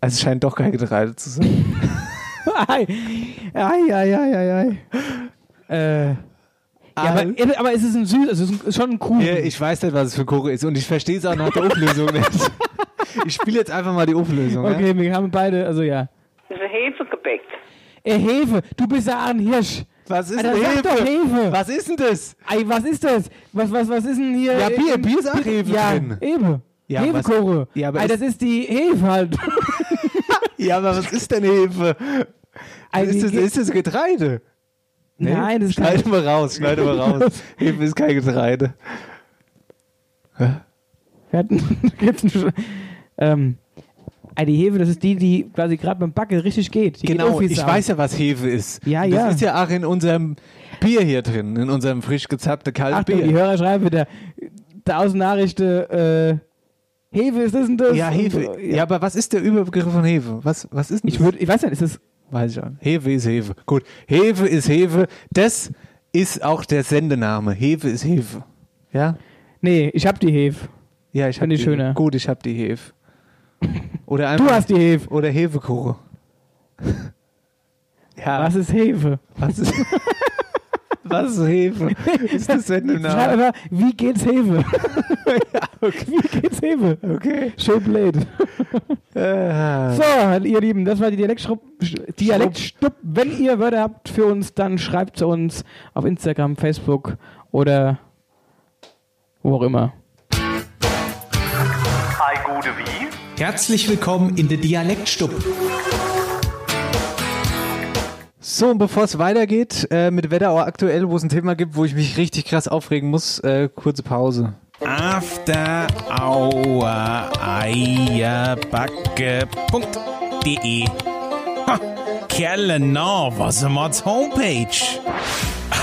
S4: Also es scheint doch Getreide zu sein.
S3: Ei, ei, ei, ei, ei, ei. Äh, ja, aber, aber es ist ein süß, also es ist, ein, ist schon ein Kuchen.
S4: Ja, ich weiß nicht, was es für Kuchen ist und ich verstehe es auch nach der Auflösung nicht. Ich spiele jetzt einfach mal die Auflösung. Ja?
S3: okay, wir haben beide, also ja.
S7: Das ist Hefegebäck.
S3: Ey, Hefe, du bist ja ein Hirsch.
S4: Was ist
S3: Alter,
S4: denn
S3: sag doch Hefe.
S4: Was ist denn das?
S3: Ey, was ist das? Was, was, was ist denn hier?
S4: Ja,
S3: im-
S4: Bier- Bier ist auch Hefe
S3: ja,
S4: drin.
S3: Hefe.
S4: Ja,
S3: Hefekoche.
S4: was- ja, aber
S3: Ey,
S4: ist-
S3: das ist die Hefe halt.
S4: Ja, aber was ist denn Hefe?
S3: Ey,
S4: Ist das,
S3: die-
S4: ist das Getreide?
S3: Nein, das ist kein
S4: Schneide mal raus, schneide mal raus. Hefe ist kein Getreide.
S3: Wir hatten, gibt's einen Sch- ähm, ah, die Hefe, das ist die, die quasi gerade beim Backen richtig geht. Die geht
S4: Genau,
S3: auf wie
S4: ich
S3: Sau.
S4: weiß ja, was Hefe ist.
S3: Ja,
S4: Und
S3: ja.
S4: Das ist ja auch in unserem Bier hier drin, in unserem frisch gezappte
S3: Achtung, die
S4: Kaltbier.
S3: Hörer schreiben wieder tausend Nachrichten, äh, Hefe, ist das denn das?
S4: Ja, Hefe.
S3: Und, äh,
S4: Ja, aber was ist der Überbegriff von Hefe? Was, was ist denn
S3: Ich,
S4: das?
S3: würd, ich weiß nicht, ist das
S4: Weiß ich schon. Hefe ist Hefe. Gut, Hefe ist Hefe. Das ist auch der Sendename. Hefe ist Hefe. Ja?
S3: Nee, ich hab die Hefe.
S4: Ja, ich hab
S3: Finde ich schöner.
S4: Hefe. Gut, ich hab die Hefe. Oder
S3: Du
S4: einfach,
S3: hast die Hefe.
S4: Oder Hefekuche. Ja,
S3: Was ist Hefe?
S4: was ist, was ist Hefe? Ist das
S3: Schreib
S4: Sendename?
S3: einfach, wie geht's Hefe? Wie geht's Hefe?
S4: Okay.
S3: Schön blöd.
S4: Äh,
S3: So, ihr Lieben, das war die Dialektschrupp. Sch- Dialektstupp. Wenn ihr Wörter habt für uns, dann schreibt sie uns auf Instagram, Facebook oder wo auch immer.
S5: Herzlich willkommen in der Dialektstub.
S4: So, und bevor es weitergeht äh, mit Wetterau aktuell, wo es ein Thema gibt, wo ich mich richtig krass aufregen muss, äh, kurze Pause.
S5: After Hour Eierbacke.de Ha, Kerle, na, was ist Mods Homepage?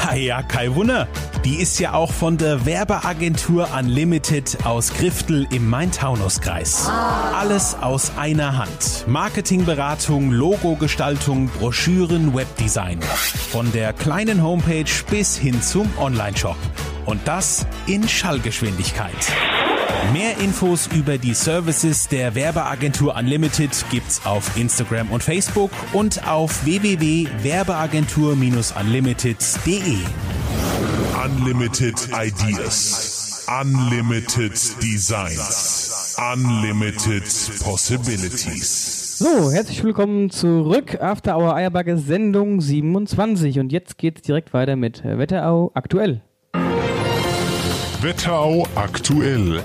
S5: Ah ja, kein Wunder. Die ist ja auch von der Werbeagentur Unlimited aus Griftel im Main-Taunus-Kreis. Alles aus einer Hand. Marketingberatung, Logogestaltung, Broschüren, Webdesign. Von der kleinen Homepage bis hin zum Onlineshop. Und das in Schallgeschwindigkeit. Mehr Infos über die Services der Werbeagentur Unlimited gibt's auf Instagram und Facebook und auf www.werbeagentur-unlimited.de.
S8: Unlimited ideas. Unlimited designs. Unlimited possibilities.
S3: So, herzlich willkommen zurück. After Hour Eierbacke Sendung 27. Und jetzt geht's direkt weiter mit Wetterau aktuell.
S8: Wetterau aktuell.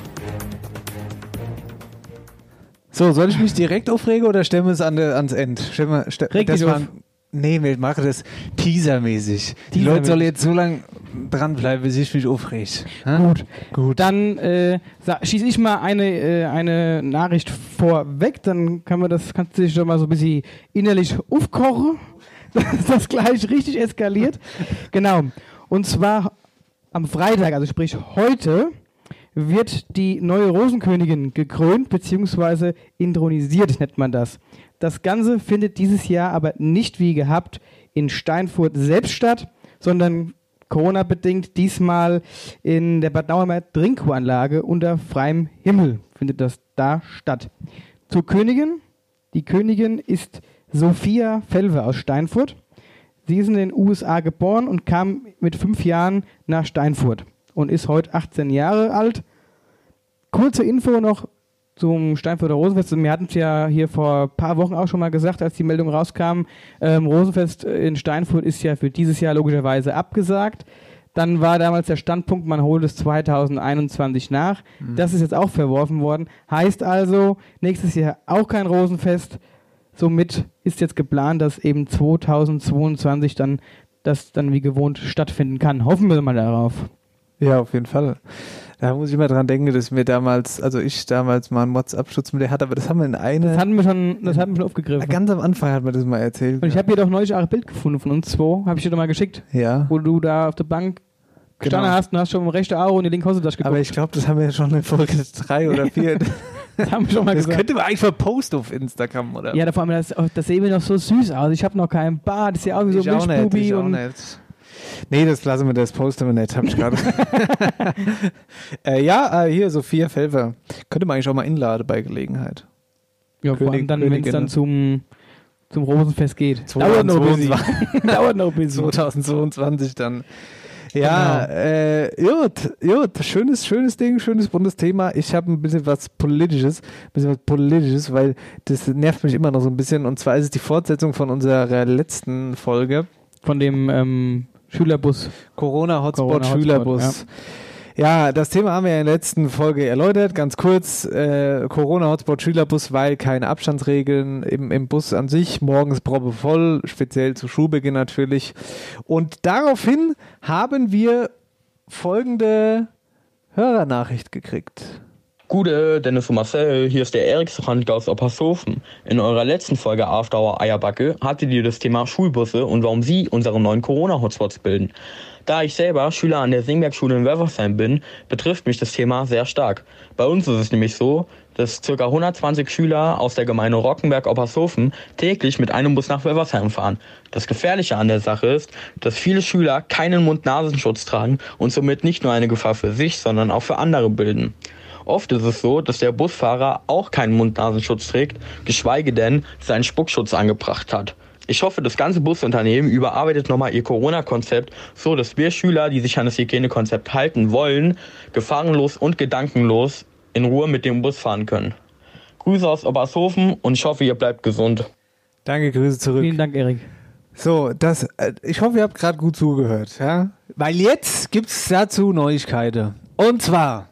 S4: So, soll ich mich direkt aufregen oder stellen wir es an der, ans End? Stell mal, stell,
S3: Reg dich auf.
S4: Nee, wir machen das teasermäßig. Die Leute
S3: Teasermäßig.
S4: sollen jetzt so lange dranbleiben, bis ich mich aufreg. Hä?
S3: Gut. Gut. Dann äh, sa- schieße ich mal eine, äh, eine Nachricht vorweg, dann kann man das, kannst du dich schon mal so ein bisschen innerlich aufkochen, dass das gleich richtig eskaliert. genau. Und zwar am Freitag, also sprich heute, wird die neue Rosenkönigin gekrönt bzw. intronisiert, nennt man das. Das Ganze findet dieses Jahr aber nicht wie gehabt in Steinfurt selbst statt, sondern Corona-bedingt diesmal in der Bad Nauheimer Trinko-Anlage unter freiem Himmel findet das da statt. Zur Königin. Die Königin ist Sophia Felve aus Steinfurt. Sie ist in den USA geboren und kam mit fünf Jahren nach Steinfurt und ist heute 18 Jahre alt. Kurze Info noch zum Steinfurter Rosenfest. Wir hatten es ja hier vor ein paar Wochen auch schon mal gesagt, als die Meldung rauskam. Ähm, Rosenfest in Steinfurt ist ja für dieses Jahr logischerweise abgesagt. Dann war damals der Standpunkt, man holt es 2021 nach. Das ist jetzt auch verworfen worden. Heißt also, nächstes Jahr auch kein Rosenfest. Somit ist jetzt geplant, dass eben 2022 dann das dann wie gewohnt stattfinden kann. Hoffen wir mal darauf.
S4: Ja, auf jeden Fall. Da muss ich immer dran denken, dass mir damals, also ich damals mal einen WhatsApp-Schutz mit der hatte, aber das haben wir in
S3: Das
S4: einer.
S3: hatten wir schon, das hatten wir schon aufgegriffen.
S4: Ganz am Anfang hat man das mal erzählt.
S3: Und ich habe hier doch neulich auch ein Bild gefunden von uns zwei. Habe ich dir doch mal geschickt,
S4: ja.
S3: wo du da auf der Bank gestanden
S4: Genau.
S3: hast und hast schon rechte Auge und die linke Hosentasche geguckt.
S4: Aber ich glaube, das haben wir schon in Folge 3 oder 4.
S3: das haben wir schon mal
S4: Das
S3: gesagt.
S4: könnte man eigentlich verposten auf Instagram, oder?
S3: Ja, da vor allem, das, oh, das sehen wir noch so süß aus. Ich habe noch keinen Bart. Das ist ja auch wie so
S4: ich auch nicht,
S3: Milchbubi
S4: ich auch
S3: und
S4: nicht. Nee, das lassen wir, das posten wir nicht, hab ich gerade. äh, ja, äh, hier, Sophia Felver. Könnte man eigentlich auch mal inladen bei Gelegenheit.
S3: Ja, vor allem
S4: König-
S3: dann, wenn es
S4: Königin,
S3: dann
S4: ne?
S3: zum, zum Rosenfest geht.
S4: 2022.
S3: Dauert noch ein bisschen.
S4: 2022 dann. Ja,
S3: Genau.
S4: äh, gut, gut, schönes, schönes Ding, schönes buntes Thema. Ich habe ein bisschen was Politisches, ein bisschen was Politisches, weil das nervt mich immer noch so ein bisschen. Und zwar ist es die Fortsetzung von unserer letzten Folge.
S3: Von dem ähm, Schülerbus.
S4: Corona-Hotspot,
S3: Corona-Hotspot,
S4: Schülerbus. Ja. das Thema haben wir ja in der letzten Folge erläutert, ganz kurz. Äh, Corona-Hotspot, Schülerbus, weil keine Abstandsregeln im, im Bus an sich. Morgens proppevoll, speziell zu Schulbeginn natürlich. Und daraufhin haben wir folgende Hörernachricht gekriegt.
S9: Gute, Dennis und Marcel, hier ist der Eriks Handke aus Oppershofen. In eurer letzten Folge Afterhour Eierbacke hattet ihr das Thema Schulbusse und warum sie unsere neuen Corona-Hotspots bilden. Da ich selber Schüler an der Singberg-Schule in Weversheim bin, betrifft mich das Thema sehr stark. Bei uns ist es nämlich so, dass ca. 120 Schüler aus der Gemeinde Rockenberg-Oppershofen täglich mit einem Bus nach Weversheim fahren. Das Gefährliche an der Sache ist, dass viele Schüler keinen Mund-Nasenschutz tragen und somit nicht nur eine Gefahr für sich, sondern auch für andere bilden. Oft ist es so, dass der Busfahrer auch keinen Mund-Nasenschutz trägt, geschweige denn seinen Spuckschutz angebracht hat. Ich hoffe, das ganze Busunternehmen überarbeitet nochmal ihr Corona-Konzept, so dass wir Schüler, die sich an das Hygienekonzept halten wollen, gefahrenlos und gedankenlos in Ruhe mit dem Bus fahren können. Grüße aus Obershofen und ich hoffe, ihr bleibt gesund.
S4: Danke, Grüße zurück.
S3: Vielen Dank, Erik.
S4: So, das, äh, ich hoffe, ihr habt gerade gut zugehört, ja? Weil jetzt gibt es dazu Neuigkeiten. Und zwar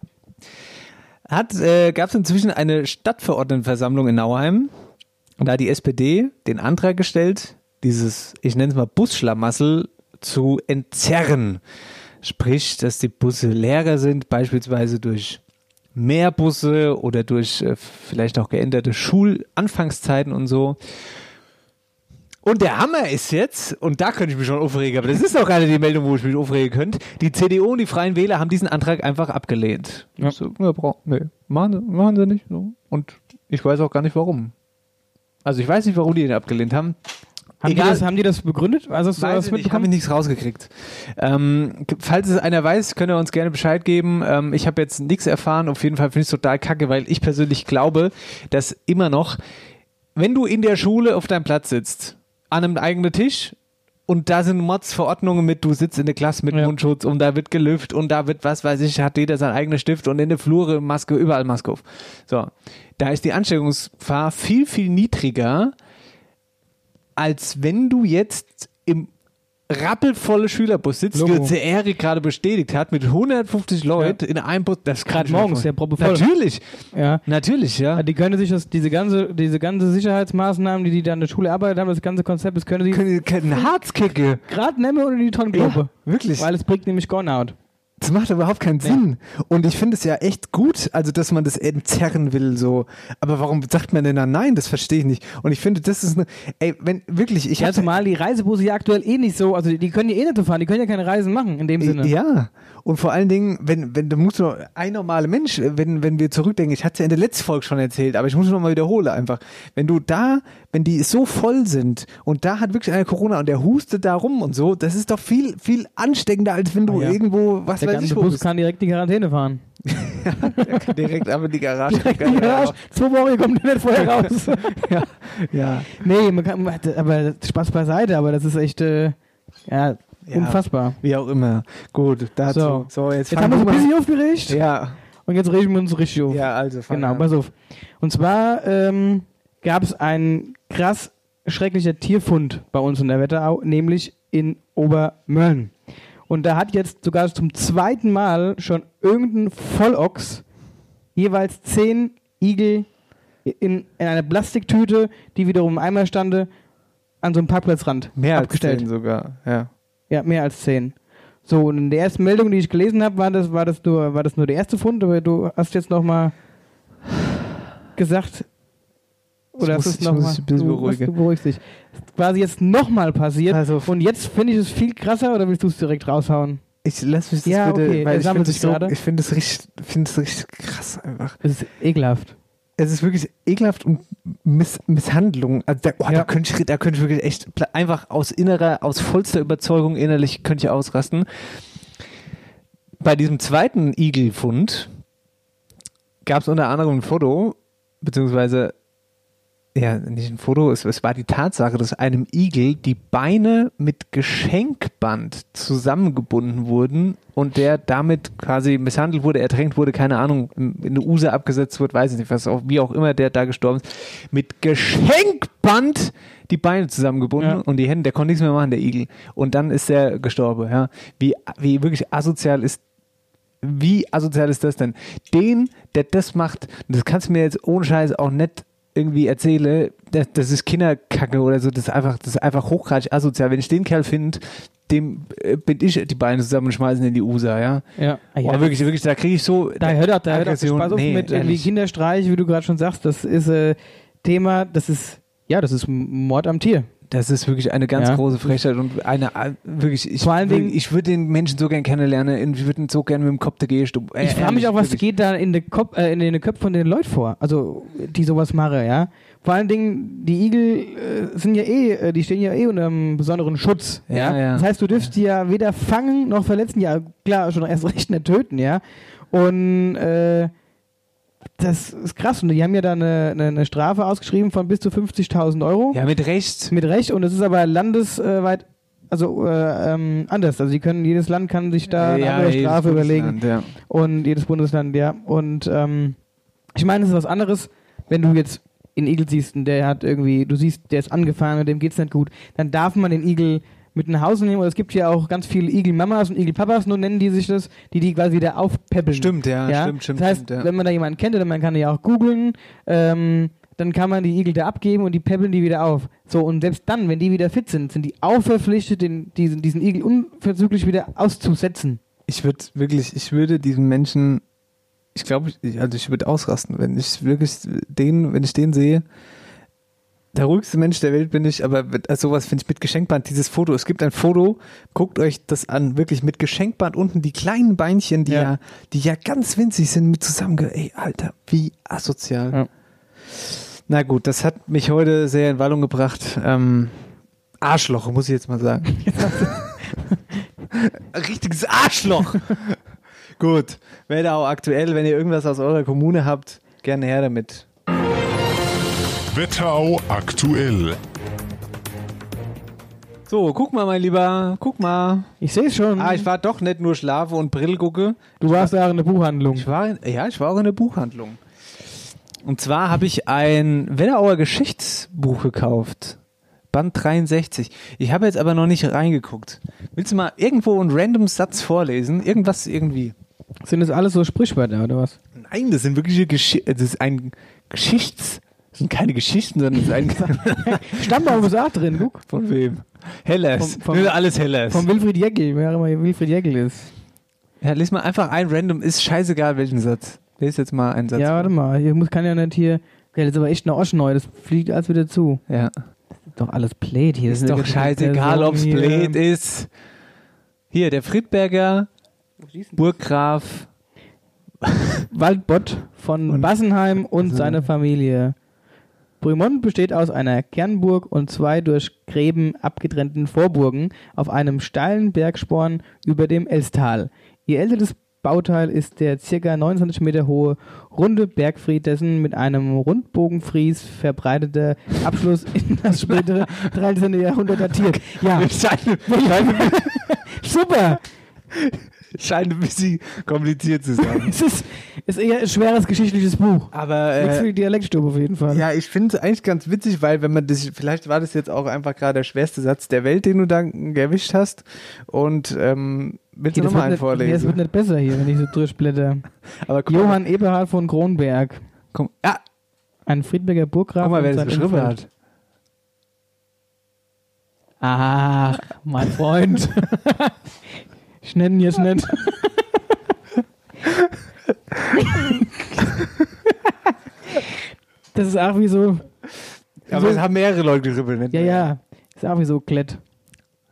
S4: hat, äh, gab es inzwischen eine Stadtverordnetenversammlung in Nauheim. Und da hat die SPD den Antrag gestellt, dieses, ich nenne es mal Busschlamassel zu entzerren. Sprich, dass die Busse leerer sind, beispielsweise durch mehr Busse oder durch äh, vielleicht auch geänderte Schulanfangszeiten und so. Und der Hammer ist jetzt, und da könnte ich mich schon aufregen, aber das ist auch gerade die Meldung, wo ich mich aufregen könnte, die CDU und die Freien Wähler haben diesen Antrag einfach abgelehnt.
S3: Ja.
S4: So, ja, bra- nee, machen, sie- machen sie nicht. So. Und ich weiß auch gar nicht, warum. Also ich weiß nicht, warum die ihn abgelehnt haben.
S3: Haben, die
S4: Egal.
S3: das, haben die das begründet? Also hast du
S4: Weiß
S3: das
S4: ich nicht, ich habe
S3: mitbekommen?
S4: nichts rausgekriegt. Ähm, g- falls es einer weiß, könnt ihr uns gerne Bescheid geben. Ähm, ich habe jetzt nichts erfahren. Auf jeden Fall finde ich es total kacke, weil ich persönlich glaube, dass immer noch, wenn du in der Schule auf deinem Platz sitzt, an einem eigenen Tisch und da sind Mods-Verordnungen mit, du sitzt in der Klasse mit
S3: Ja.
S4: Mundschutz und da wird gelüft und da wird, was weiß ich, hat jeder seinen eigenen Stift und in der Flure Maske, überall Maske auf. So, da ist die Ansteckungsgefahr viel, viel niedriger, als wenn du jetzt im rappelvolle Schülerbus sitzt, wie
S3: Logo.
S4: uns der Erik gerade bestätigt hat, mit 150 Leuten in einem Bus. Das
S3: Gerade
S4: kann ich mir
S3: morgens,
S4: vorstellen.
S3: der Proppe voll.
S4: Natürlich,
S3: Ja.
S4: natürlich, ja.
S3: Ja, Die können sich das, diese ganze, diese ganze Sicherheitsmaßnahmen, die die da in der Schule erarbeitet haben, das ganze Konzept, das können sie
S4: können, können Harzkicke.
S3: gerade nehmen und in die Tonnengruppe.
S4: wirklich.
S3: Weil es bringt nämlich Gornout.
S4: Das macht überhaupt keinen Sinn. Und ich finde es ja echt gut, also dass man das entzerren will, so. Aber warum sagt man denn dann nein? Das verstehe ich nicht. Und ich finde, das ist eine. Ey, wenn wirklich, ich
S3: Ja,
S4: hatte-
S3: zumal die Reisebusse ja aktuell eh nicht so, also die, die können ja eh nicht so fahren, die können ja keine Reisen machen in dem Sinne.
S4: Ja, und vor allen Dingen, wenn, wenn du musst du ein normaler Mensch, äh, wenn, wenn wir zurückdenken, ich hatte es ja in der letzten Folge schon erzählt, aber ich muss es nochmal wiederholen einfach. Wenn du da, wenn die so voll sind und da hat wirklich einer Corona und der hustet da rum und so, das ist doch viel, viel ansteckender, als wenn du
S3: Ah ja.
S4: irgendwo, was
S3: Der
S4: weiß ich,
S3: ganze
S4: wo
S3: Bus
S4: bist.
S3: kann direkt in die Quarantäne fahren.
S4: direkt ab in die Garage.
S3: Ja, zwei Wochen kommt der nicht vorher raus.
S4: ja, ja.
S3: nee, man kann, aber Spaß beiseite, aber das ist echt äh, ja,
S4: Ja.
S3: unfassbar.
S4: Wie auch immer. Gut, dazu.
S3: So.
S4: So, jetzt,
S3: Jetzt
S4: fangen
S3: haben wir uns
S4: wir
S3: ein
S4: mal-
S3: bisschen aufgeregt
S4: Ja,
S3: und jetzt regen wir uns richtig auf.
S4: ja, also. fang
S3: Genau,
S4: an.
S3: pass auf. Und zwar ähm, gab es einen krass schrecklicher Tierfund bei uns in der Wetterau, nämlich in Obermölln. Und da hat jetzt sogar zum zweiten Mal schon irgendein Vollochs jeweils zehn Igel in, in einer Plastiktüte, die wiederum im Eimer stande, an so einem Parkplatzrand
S4: Mehr als
S3: abgestellt.
S4: zehn sogar, ja.
S3: Ja, mehr als zehn. So, und in der ersten Meldung, die ich gelesen habe, war das, war, das nur, war das nur der erste Fund, aber du hast jetzt nochmal gesagt.
S4: muss-
S3: Oder hast du es
S4: ich muss
S3: nochmal?
S4: mich ein bisschen
S3: du,
S4: beruhigen.
S3: Du beruhigst dich. Es ist quasi jetzt nochmal passiert.
S4: Also-
S3: und jetzt finde ich es viel krasser, oder willst du es direkt raushauen?
S4: Ich lass mich das
S3: Ja,
S4: bitte,
S3: okay, er
S4: weil ich
S3: sammelt
S4: finde
S3: sich
S4: es so,
S3: gerade.
S4: ich finde es richtig, finde es richtig krass einfach.
S3: Es ist ekelhaft.
S4: es ist wirklich ekelhaft und Miss Misshandlung. Also da, oh, da, könnte ich, da könnte ich wirklich echt pla- einfach aus innerer, aus vollster Überzeugung innerlich könnte ich ausrasten. Bei diesem zweiten Igelfund gab es unter anderem ein Foto, beziehungsweise ja, nicht ein Foto, es, es war die Tatsache, dass einem Igel die Beine mit Geschenkband zusammengebunden wurden und der damit quasi misshandelt wurde, ertränkt wurde, keine Ahnung, in in eine Use abgesetzt wird, weiß ich nicht, was auch, wie auch immer der da gestorben ist. Mit Geschenkband die Beine zusammengebunden
S3: Ja.
S4: und die Hände, der konnte nichts mehr machen, der Igel. Und dann ist der gestorben, ja. Wie, wie wirklich asozial ist wie asozial ist das denn? Den, der das macht, und das kannst du mir jetzt ohne Scheiß auch nicht irgendwie erzähle, das, das ist Kinderkacke oder so, das ist einfach, das ist einfach hochgradig asozial. Wenn ich den Kerl finde, dem äh, bin ich die Beine zusammen und schmeißen in die USA, ja.
S3: Ja. Ah, ja.
S4: Oh, wirklich, wirklich, da kriege ich so.
S3: Da hört auch, da hört auch
S4: Aggression.
S3: Spaß auf
S4: Nee,
S3: mit
S4: da
S3: irgendwie
S4: nicht.
S3: Kinderstreich, wie du gerade schon sagst. Das ist äh, Thema, das ist, ja, das ist Mord am Tier.
S4: Das ist wirklich eine ganz
S3: Ja.
S4: große Frechheit und eine äh, wirklich. Ich,
S3: Vor allen
S4: würd-
S3: Dingen-
S4: ich würde den Menschen so gern kennenlernen, und ich würde ihn so gern mit dem Kopf der Äh, Gehe stumm.
S3: Ich frage mich auch, was geht da in den Kopf, äh, in den Köpfen von den Leuten vor, also die sowas machen, ja. Vor allen Dingen, die Igel äh, sind ja eh, äh, die stehen ja eh unter einem besonderen Schutz. Ja,
S4: Ja, ja.
S3: Das heißt, du dürfst die ja weder fangen noch verletzen, ja klar, schon erst recht nicht töten, ja. Und äh, das ist krass. Und die haben ja da eine, eine, eine Strafe ausgeschrieben von bis zu 50.000 Euro.
S4: Ja, mit Recht.
S3: Mit Recht. Und es ist aber landesweit, also äh, ähm, anders. Also die können, jedes Land kann sich da
S4: äh,
S3: eine andere
S4: jedes
S3: Strafe überlegen.
S4: Bundesland, Ja.
S3: Und jedes Bundesland, ja. Und ähm, ich meine, es ist was anderes, wenn du jetzt einen Igel siehst und der hat irgendwie, du siehst, der ist angefahren und dem geht's nicht gut, dann darf man den Igel mit nach Hause nehmen. Oder es gibt ja auch ganz viele Igel-Mamas und Igel-Papas, nur nennen die sich das, die die quasi wieder aufpäppeln.
S4: Stimmt, ja,
S3: Ja?
S4: stimmt, stimmt.
S3: das heißt,
S4: stimmt, ja.
S3: wenn man da jemanden kennt oder man kann die ja auch googeln, ähm, dann kann man die Igel da abgeben und die peppeln die wieder auf. So, und selbst dann, wenn die wieder fit sind, sind die auch verpflichtet, den, diesen, diesen Igel unverzüglich wieder auszusetzen.
S4: ich würde wirklich, ich würde diesen Menschen, ich glaube, ich, also ich würde ausrasten, wenn ich wirklich den, wenn ich den sehe. Der ruhigste Mensch der Welt bin ich, aber mit- also sowas finde ich mit Geschenkband. Dieses Foto, es gibt ein Foto, guckt euch das an, wirklich mit Geschenkband unten die kleinen Beinchen, die ja,
S3: Ja.
S4: die ja ganz winzig sind, mit zusammenge. Ey, Alter, wie asozial.
S3: Ja.
S4: Na gut, das hat mich heute sehr in Wallung gebracht. Ähm, Arschloch, muss ich jetzt mal sagen. Ein richtiges Arschloch. Gut, Wetterau aktuell, wenn ihr irgendwas aus eurer Kommune habt, gerne her damit.
S8: Wetterau aktuell.
S4: So, guck mal, mein Lieber, guck mal.
S3: Ich sehe es schon.
S4: Ah, ich war doch nicht nur Schlafe und Brill gucke.
S3: Du warst da in der Buchhandlung.
S4: Ich war in, ja, ich war auch in der Buchhandlung. Und zwar habe ich ein Wetterauer Geschichtsbuch gekauft. Band 63. Ich habe jetzt aber noch nicht reingeguckt. Willst du mal irgendwo einen random Satz vorlesen? Irgendwas irgendwie.
S3: Sind das alles so Sprichwörter oder was?
S4: Nein, das sind wirkliche Geschichten. Das ist ein Geschichts. Das sind keine Geschichten, sondern das ist ein.
S3: Stammbaum ist auch drin, guck.
S4: von wem? Hellers.
S3: Vom- vom-
S4: Nur alles Hellers.
S3: Von Wilfried Jäckel, wer auch immer Wilfried Jäckel ist.
S4: ja, lies mal einfach ein random. Ist scheißegal, welchen Satz. Lies jetzt mal einen Satz.
S3: Ja, warte mal, hier muss, kann ja nicht hier. Ja, das ist aber echt eine Osch neu, das fliegt alles wieder zu.
S4: Ja.
S3: Ist doch alles blöd hier.
S4: Ist doch scheißegal, ob's blöd ist. Hier, der Friedberger Burggraf.
S3: Waldbott von
S4: Und-
S3: Bassenheim und seine Familie. Brümont besteht aus einer Kernburg und zwei durch Gräben abgetrennten Vorburgen auf einem steilen Bergsporn über dem Elstal. Ihr älteres Bauteil ist der ca. 29 Meter hohe runde Bergfried, dessen mit einem Rundbogenfries verbreiteter Abschluss in das spätere 13. Jahrhundert datiert. Ja,
S4: Scheint, scheint,
S3: super!
S4: scheint ein bisschen kompliziert zu sein.
S3: Es ist, ist eher ein schweres geschichtliches Buch.
S4: Aber
S3: Nichts für die Dialektstube auf jeden Fall.
S4: Äh, Ja, ich finde es eigentlich ganz witzig, weil wenn man das, vielleicht war das jetzt auch einfach gerade der schwerste Satz der Welt, den du da erwischt hast. Und ähm, willst
S3: Hier,
S4: du
S3: das,
S4: nochmal
S3: wird
S4: einen
S3: nicht, nee, das wird
S4: vorlesen?
S3: nicht besser hier, wenn ich so durchblätter.
S4: Aber guck, mal,
S3: Johann Eberhard von Kronberg,
S4: guck, ah,
S3: ein Friedberger Burggraf.
S4: guck mal,
S3: und
S4: wer das
S3: sein
S4: geschrieben
S3: Umfeld.
S4: hat.
S3: Ach, mein Freund. ich nenne ihn jetzt nicht. das ist auch wie so,
S4: Aber es haben mehrere Leute geschrieben.
S3: ja, ja, ist auch wie so Klett.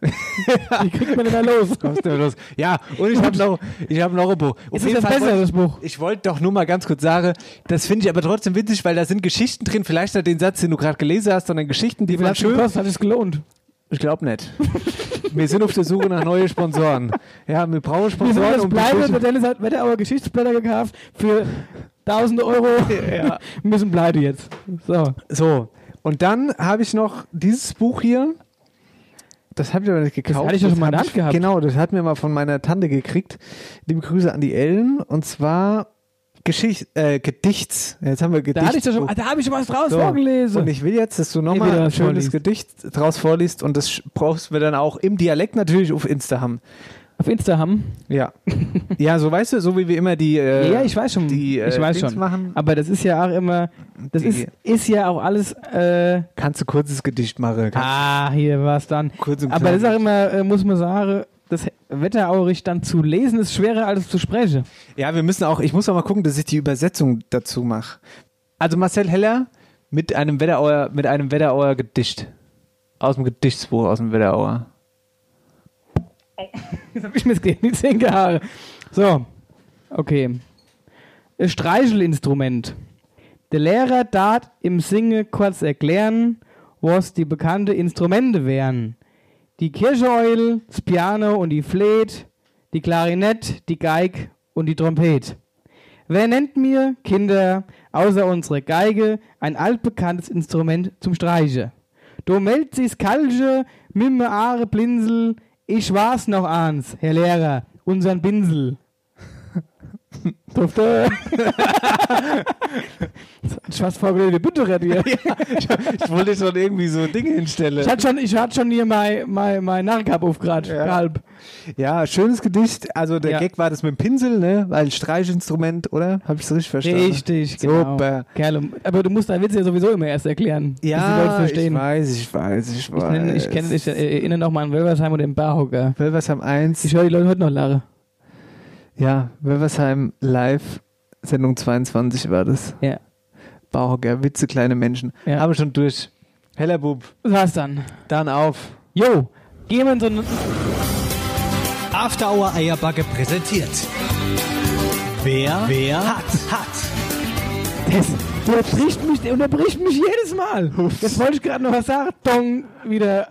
S3: Wie kriegt man denn da los?
S4: Kommst du mal los? Ja, und ich habe noch, ich hab noch ein Buch. Auf
S3: Ist das besser,
S4: wollte-
S3: das Buch?
S4: Ich wollte doch nur mal ganz kurz sagen, das finde ich aber trotzdem witzig, weil da sind Geschichten drin, vielleicht nicht den Satz, den du gerade gelesen hast, sondern Geschichten, die
S3: Wie viel
S4: man
S3: hat's
S4: schön...
S3: gekostet? Hat es gelohnt?
S4: Ich glaube nicht. wir sind auf der Suche nach neuen Sponsoren. Ja, wir brauchen
S3: Wir sind
S4: Sponsoren.
S3: das
S4: um die
S3: Bleibe,
S4: Geschichte-
S3: der Dennis hat Wetterauer Geschichtsblätter gekauft für tausende Euro.
S4: Ja.
S3: Wir müssen Bleibe jetzt. So.
S4: So, und dann habe ich noch dieses Buch hier. Das habe ich aber nicht gekauft.
S3: hatte ich doch schon mal in der
S4: hab
S3: Hand gehabt.
S4: Genau, das hat mir mal von meiner Tante gekriegt. Liebe Grüße an die Ellen. Und zwar Geschicht, äh, Gedichts. Jetzt haben wir Gedichts.
S3: Da hatte ich doch schon, ah, da habe ich schon was draus vorgelesen.
S4: Und ich will jetzt, dass du
S3: Ey, wieder
S4: nochmal ein
S3: was
S4: schönes
S3: vorliest.
S4: Gedicht draus vorliest. Und das sch- brauchst du dann auch im Dialekt natürlich auf Insta haben.
S3: Auf Insta haben.
S4: Ja. ja, so weißt du, so wie wir immer die.
S3: Ja,
S4: Äh,
S3: ja, ich weiß schon.
S4: die, äh,
S3: ich weiß
S4: Dings
S3: schon.
S4: machen.
S3: Aber das ist ja auch immer, das
S4: Die-
S3: ist, ist ja auch alles, äh,
S4: Kannst du kurzes Gedicht machen? Kannst
S3: ah, hier war es dann.
S4: Kurz und
S3: Aber das ist auch
S4: knackig.
S3: immer, äh, muss man sagen, das Wetteraurich dann zu lesen ist schwerer als zu sprechen.
S4: Ja, wir müssen auch, ich muss auch mal gucken, dass ich die Übersetzung dazu mache. Also Marcel Heller mit einem Wetterauer, mit einem Wetterauer Gedicht. Aus dem Gedichtsbuch, aus dem Wetterauer.
S3: Jetzt habe ich mir jetzt die Zähne Haare. So, okay. Ein Streichelinstrument. Der Lehrer tat im Singe kurz erklären, was die bekannte Instrumente wären. Die Kircheul, das Piano und die Fleet, die Klarinett, die Geig und die Trompet. Wer nennt mir, Kinder, außer unsere Geige, ein altbekanntes Instrument zum Streiche? Du meldet sich's Kalsche, Mimme Aare Blinsel, ich war's noch ans, Herr Lehrer, unseren Pinsel. Dufte. ich war's vorgelegt, bitte redier.
S4: Ich wollte schon irgendwie so Dinge hinstellen.
S3: Ich hatte schon, ich hatte schon hier mein, mein, mein Narrkap auf grad, halb.
S4: Ja, schönes Gedicht. Also der
S3: Ja.
S4: Gag war das mit dem Pinsel, ne? Weil Streichinstrument, oder? Habe ich es richtig verstanden?
S3: Richtig, genau.
S4: Super.
S3: Kerl, aber du musst deinen Witz ja sowieso immer erst erklären, dass die Leute
S4: Ja, ich
S3: verstehen.
S4: weiß, ich weiß, ich
S3: Ich,
S4: weiß.
S3: nenne, ich, kenne, ich erinnere noch mal an Wölversheim und den Barhocker.
S4: Wölversheim 1.
S3: Ich höre die Leute heute noch lachen.
S4: Ja, Wölversheim live, Sendung 22 war das.
S3: Ja.
S4: Bauhocker, Witze, kleine Menschen.
S3: Ja.
S4: Haben wir schon durch. Heller Bub,
S3: Das war's dann.
S4: dann auf.
S3: Jo, gehen wir in so einen
S10: After Hour Eierbacke präsentiert. Wer, wer hat, hat.
S3: Das, du unterbrichst mich, der unterbricht mich jedes Mal. Jetzt wollte ich gerade noch was sagen. Dong, wieder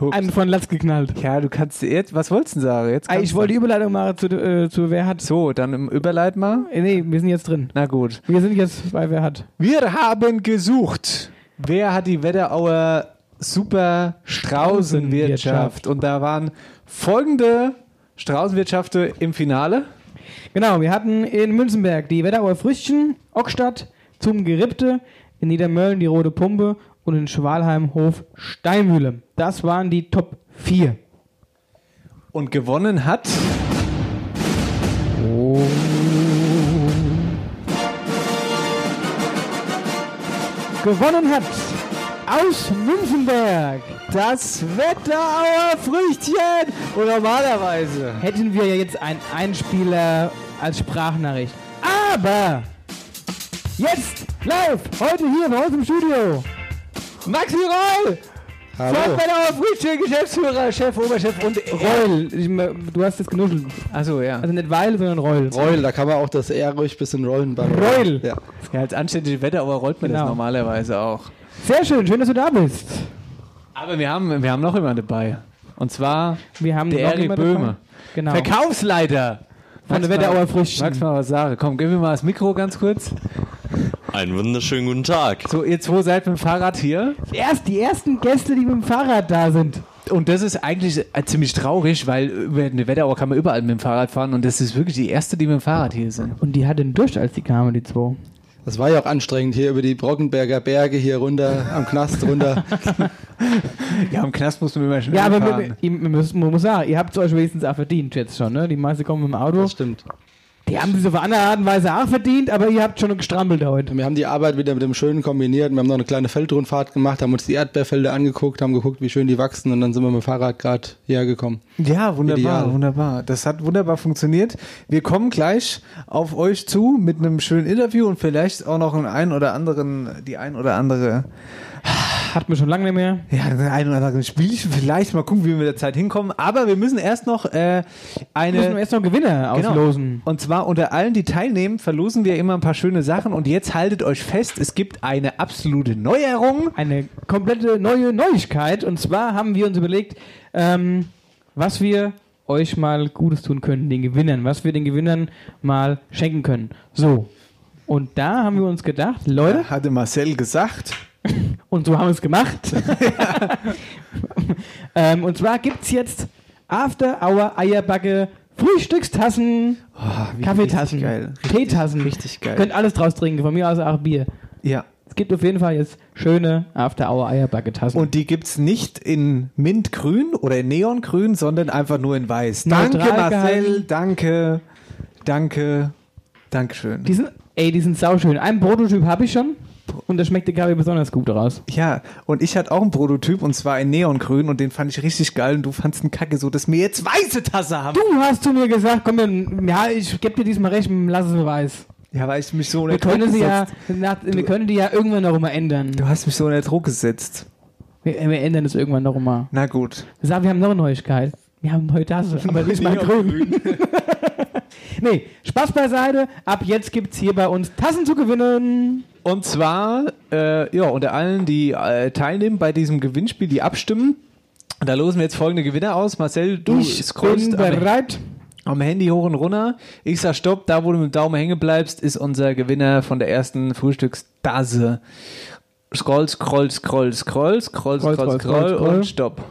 S4: Hups.
S3: einen von Latz geknallt.
S4: Ja, du kannst jetzt, was wolltest du denn sagen? Jetzt
S3: Ah,
S4: kannst
S3: ich
S4: du-
S3: wollte die Überleitung machen zu, äh, zu Wer hat.
S4: So, dann im Überleit mal.
S3: Äh, nee, wir sind jetzt drin.
S4: Na gut.
S3: Wir sind jetzt bei Wer hat.
S4: Wir haben gesucht. Wer hat die Wetterauer Super Straußenwirtschaft? Und da waren folgende Straußenwirtschaften im Finale.
S3: Genau, wir hatten in Münzenberg die Wetterauer Früchtchen, Ockstadt zum Gerippte, in Niedermölln die Rote Pumpe und in Schwalheim Hof Steinmühle. Das waren die Top 4.
S4: Und gewonnen hat.
S3: Gewonnen hat aus Münzenberg.
S4: Das Wetterauer Früchtchen! Und normalerweise.
S3: hätten wir ja jetzt einen Einspieler als Sprachnachricht. Aber jetzt live, heute hier bei uns im Studio,
S4: Maxi Roll!
S3: Hallo.
S4: Wetterauer Früchtchen, Geschäftsführer, Chef, Oberchef und.
S3: Reul. Ich, me- du hast jetzt genuschelt.
S4: Achso, ja.
S3: Also nicht Weil, sondern Reul.
S10: Rollen, da kann man auch das R ruhig bisschen rollen. Bei
S3: Reul.
S10: Ja.
S4: Ja, als anständige Wetterauer rollt man
S3: Genau.
S4: das normalerweise auch.
S3: Sehr schön, schön, dass du da bist.
S4: Aber wir haben, wir haben noch jemanden dabei. Und zwar
S3: Wir haben
S4: der
S3: noch
S4: Erik
S3: jemanden
S4: Böhme.
S3: dabei. Genau.
S4: Verkaufsleiter
S3: Von der Wetterauer Früchten.
S4: Magst mal was sagen? Komm, gib mir mal das Mikro ganz kurz.
S9: Einen wunderschönen guten Tag.
S4: So, ihr zwei seid mit dem Fahrrad hier.
S3: Erst die ersten Gäste, die mit dem Fahrrad da sind.
S4: Und das ist eigentlich äh, ziemlich traurig, weil über eine Wetterauer kann man überall mit dem Fahrrad fahren. Und das ist wirklich die erste, die mit dem Fahrrad hier sind.
S3: Und die hatten durch, als die kamen, die zwei.
S10: Das war ja auch anstrengend, hier über die Brockenberger Berge, hier runter, am Knast runter.
S4: Ja, im Knast muss man immer schnell
S3: Ja, aber
S4: fahren.
S3: wir, wir müssen, man muss sagen, ihr habt es euch wenigstens auch verdient jetzt schon, ne? Die meisten kommen mit dem Auto.
S10: Das stimmt.
S3: Die haben sich auf eine andere Art und Weise auch verdient, aber ihr habt schon gestrampelt heute.
S10: Wir haben die Arbeit wieder mit dem Schönen kombiniert. Wir haben noch eine kleine Feldrundfahrt gemacht, haben uns die Erdbeerfelder angeguckt, haben geguckt, wie schön die wachsen und dann sind wir mit dem Fahrrad gerade hierher gekommen.
S4: Ja, wunderbar,
S10: Ideal.
S4: wunderbar. Das hat wunderbar funktioniert. Wir kommen gleich auf euch zu mit einem schönen Interview und vielleicht auch noch einen ein oder anderen, die ein oder andere
S3: Hat man schon lange nicht mehr.
S4: Ja, den einen oder anderen Spielchen vielleicht. Mal gucken, wie wir mit der Zeit hinkommen. Aber wir müssen erst noch äh, eine. Genau.
S3: Müssen wir erst noch Gewinner auslosen.
S4: Und zwar unter allen, die teilnehmen, verlosen wir immer ein paar schöne Sachen. Und jetzt haltet euch fest, es gibt eine absolute Neuerung.
S3: Eine komplette neue Neuigkeit. Und zwar haben wir uns überlegt, ähm, was wir euch mal Gutes tun können, den Gewinnern, was wir den Gewinnern mal schenken können. So. Und da haben wir uns gedacht, Leute,
S4: Hatte Marcel gesagt.
S3: und so haben wir es gemacht. ähm, und zwar gibt es jetzt After Hour Eierbacke Frühstückstassen,
S4: Ah, wie
S3: Kaffeetassen,
S4: richtig geil.
S3: Teetassen.
S4: Richtig geil.
S3: Könnt alles draus trinken, von mir aus auch Bier.
S4: Ja.
S3: Es gibt auf jeden Fall jetzt schöne After Hour Eierbacke Tassen.
S4: Und die gibt's nicht in Mintgrün oder in Neongrün, sondern einfach nur in Weiß. Danke,
S3: Neutral
S4: Marcel.
S3: gehalten.
S4: Danke. Danke. Dankeschön.
S3: die sind, ey, die sind sauschön. Einen Prototyp habe ich schon und da schmeckt der Kaffee besonders gut raus.
S4: Ja, und ich hatte auch einen Prototyp und zwar in Neongrün und den fand ich richtig geil und du fandst einen Kacke so, dass wir jetzt weiße Tasse haben.
S3: Du hast zu mir gesagt, komm, wir- ja, ich gebe dir diesmal recht, lass es weiß.
S4: Ja, weil ich mich so unter
S3: Wir
S4: Druck
S3: können, sie ja,
S4: gesetzt.
S3: nach, wir können die ja irgendwann noch mal ändern.
S4: Du hast mich so unter Druck gesetzt.
S3: Wir, wir ändern es irgendwann noch mal.
S4: Na gut.
S3: Sag, wir haben noch eine Neuigkeit. Wir haben neue Tasse, aber diesmal grün. nee, Spaß beiseite. Ab jetzt gibt's hier bei uns Tassen zu gewinnen.
S4: Und zwar, äh, ja, unter allen, die äh, teilnehmen bei diesem Gewinnspiel, die abstimmen, da losen wir jetzt folgende Gewinner aus. Marcel, du scrollst am, am Handy hoch und runter. Ich sag Stopp, da wo du mit dem Daumen hängen bleibst, ist unser Gewinner von der ersten Frühstückstasse. Scroll, scroll, scroll, scroll, scroll, scroll, scroll,
S3: scroll, scroll, scroll.
S4: und Stopp.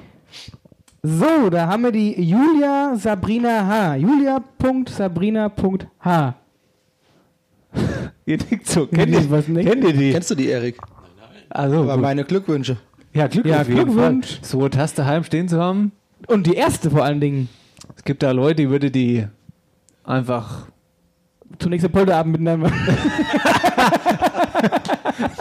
S3: So, da haben wir die Julia Sabrina H. Julia.sabrina.h.
S4: Ihr nickt so. Kennt
S3: Nee,
S4: ihr,
S3: was nicht?
S4: kennt ihr die?
S10: Kennst du die, Erik?
S4: Also,
S10: Aber meine Glückwünsche.
S4: ja, Glückwunsch.
S3: Ja,
S4: auf jeden
S3: Glückwunsch.
S4: Fall. So eine Taste heim stehen zu haben.
S3: Und die erste vor allen Dingen.
S4: Es gibt da Leute, die würde die einfach
S3: Zunächst der Polterabend miteinander.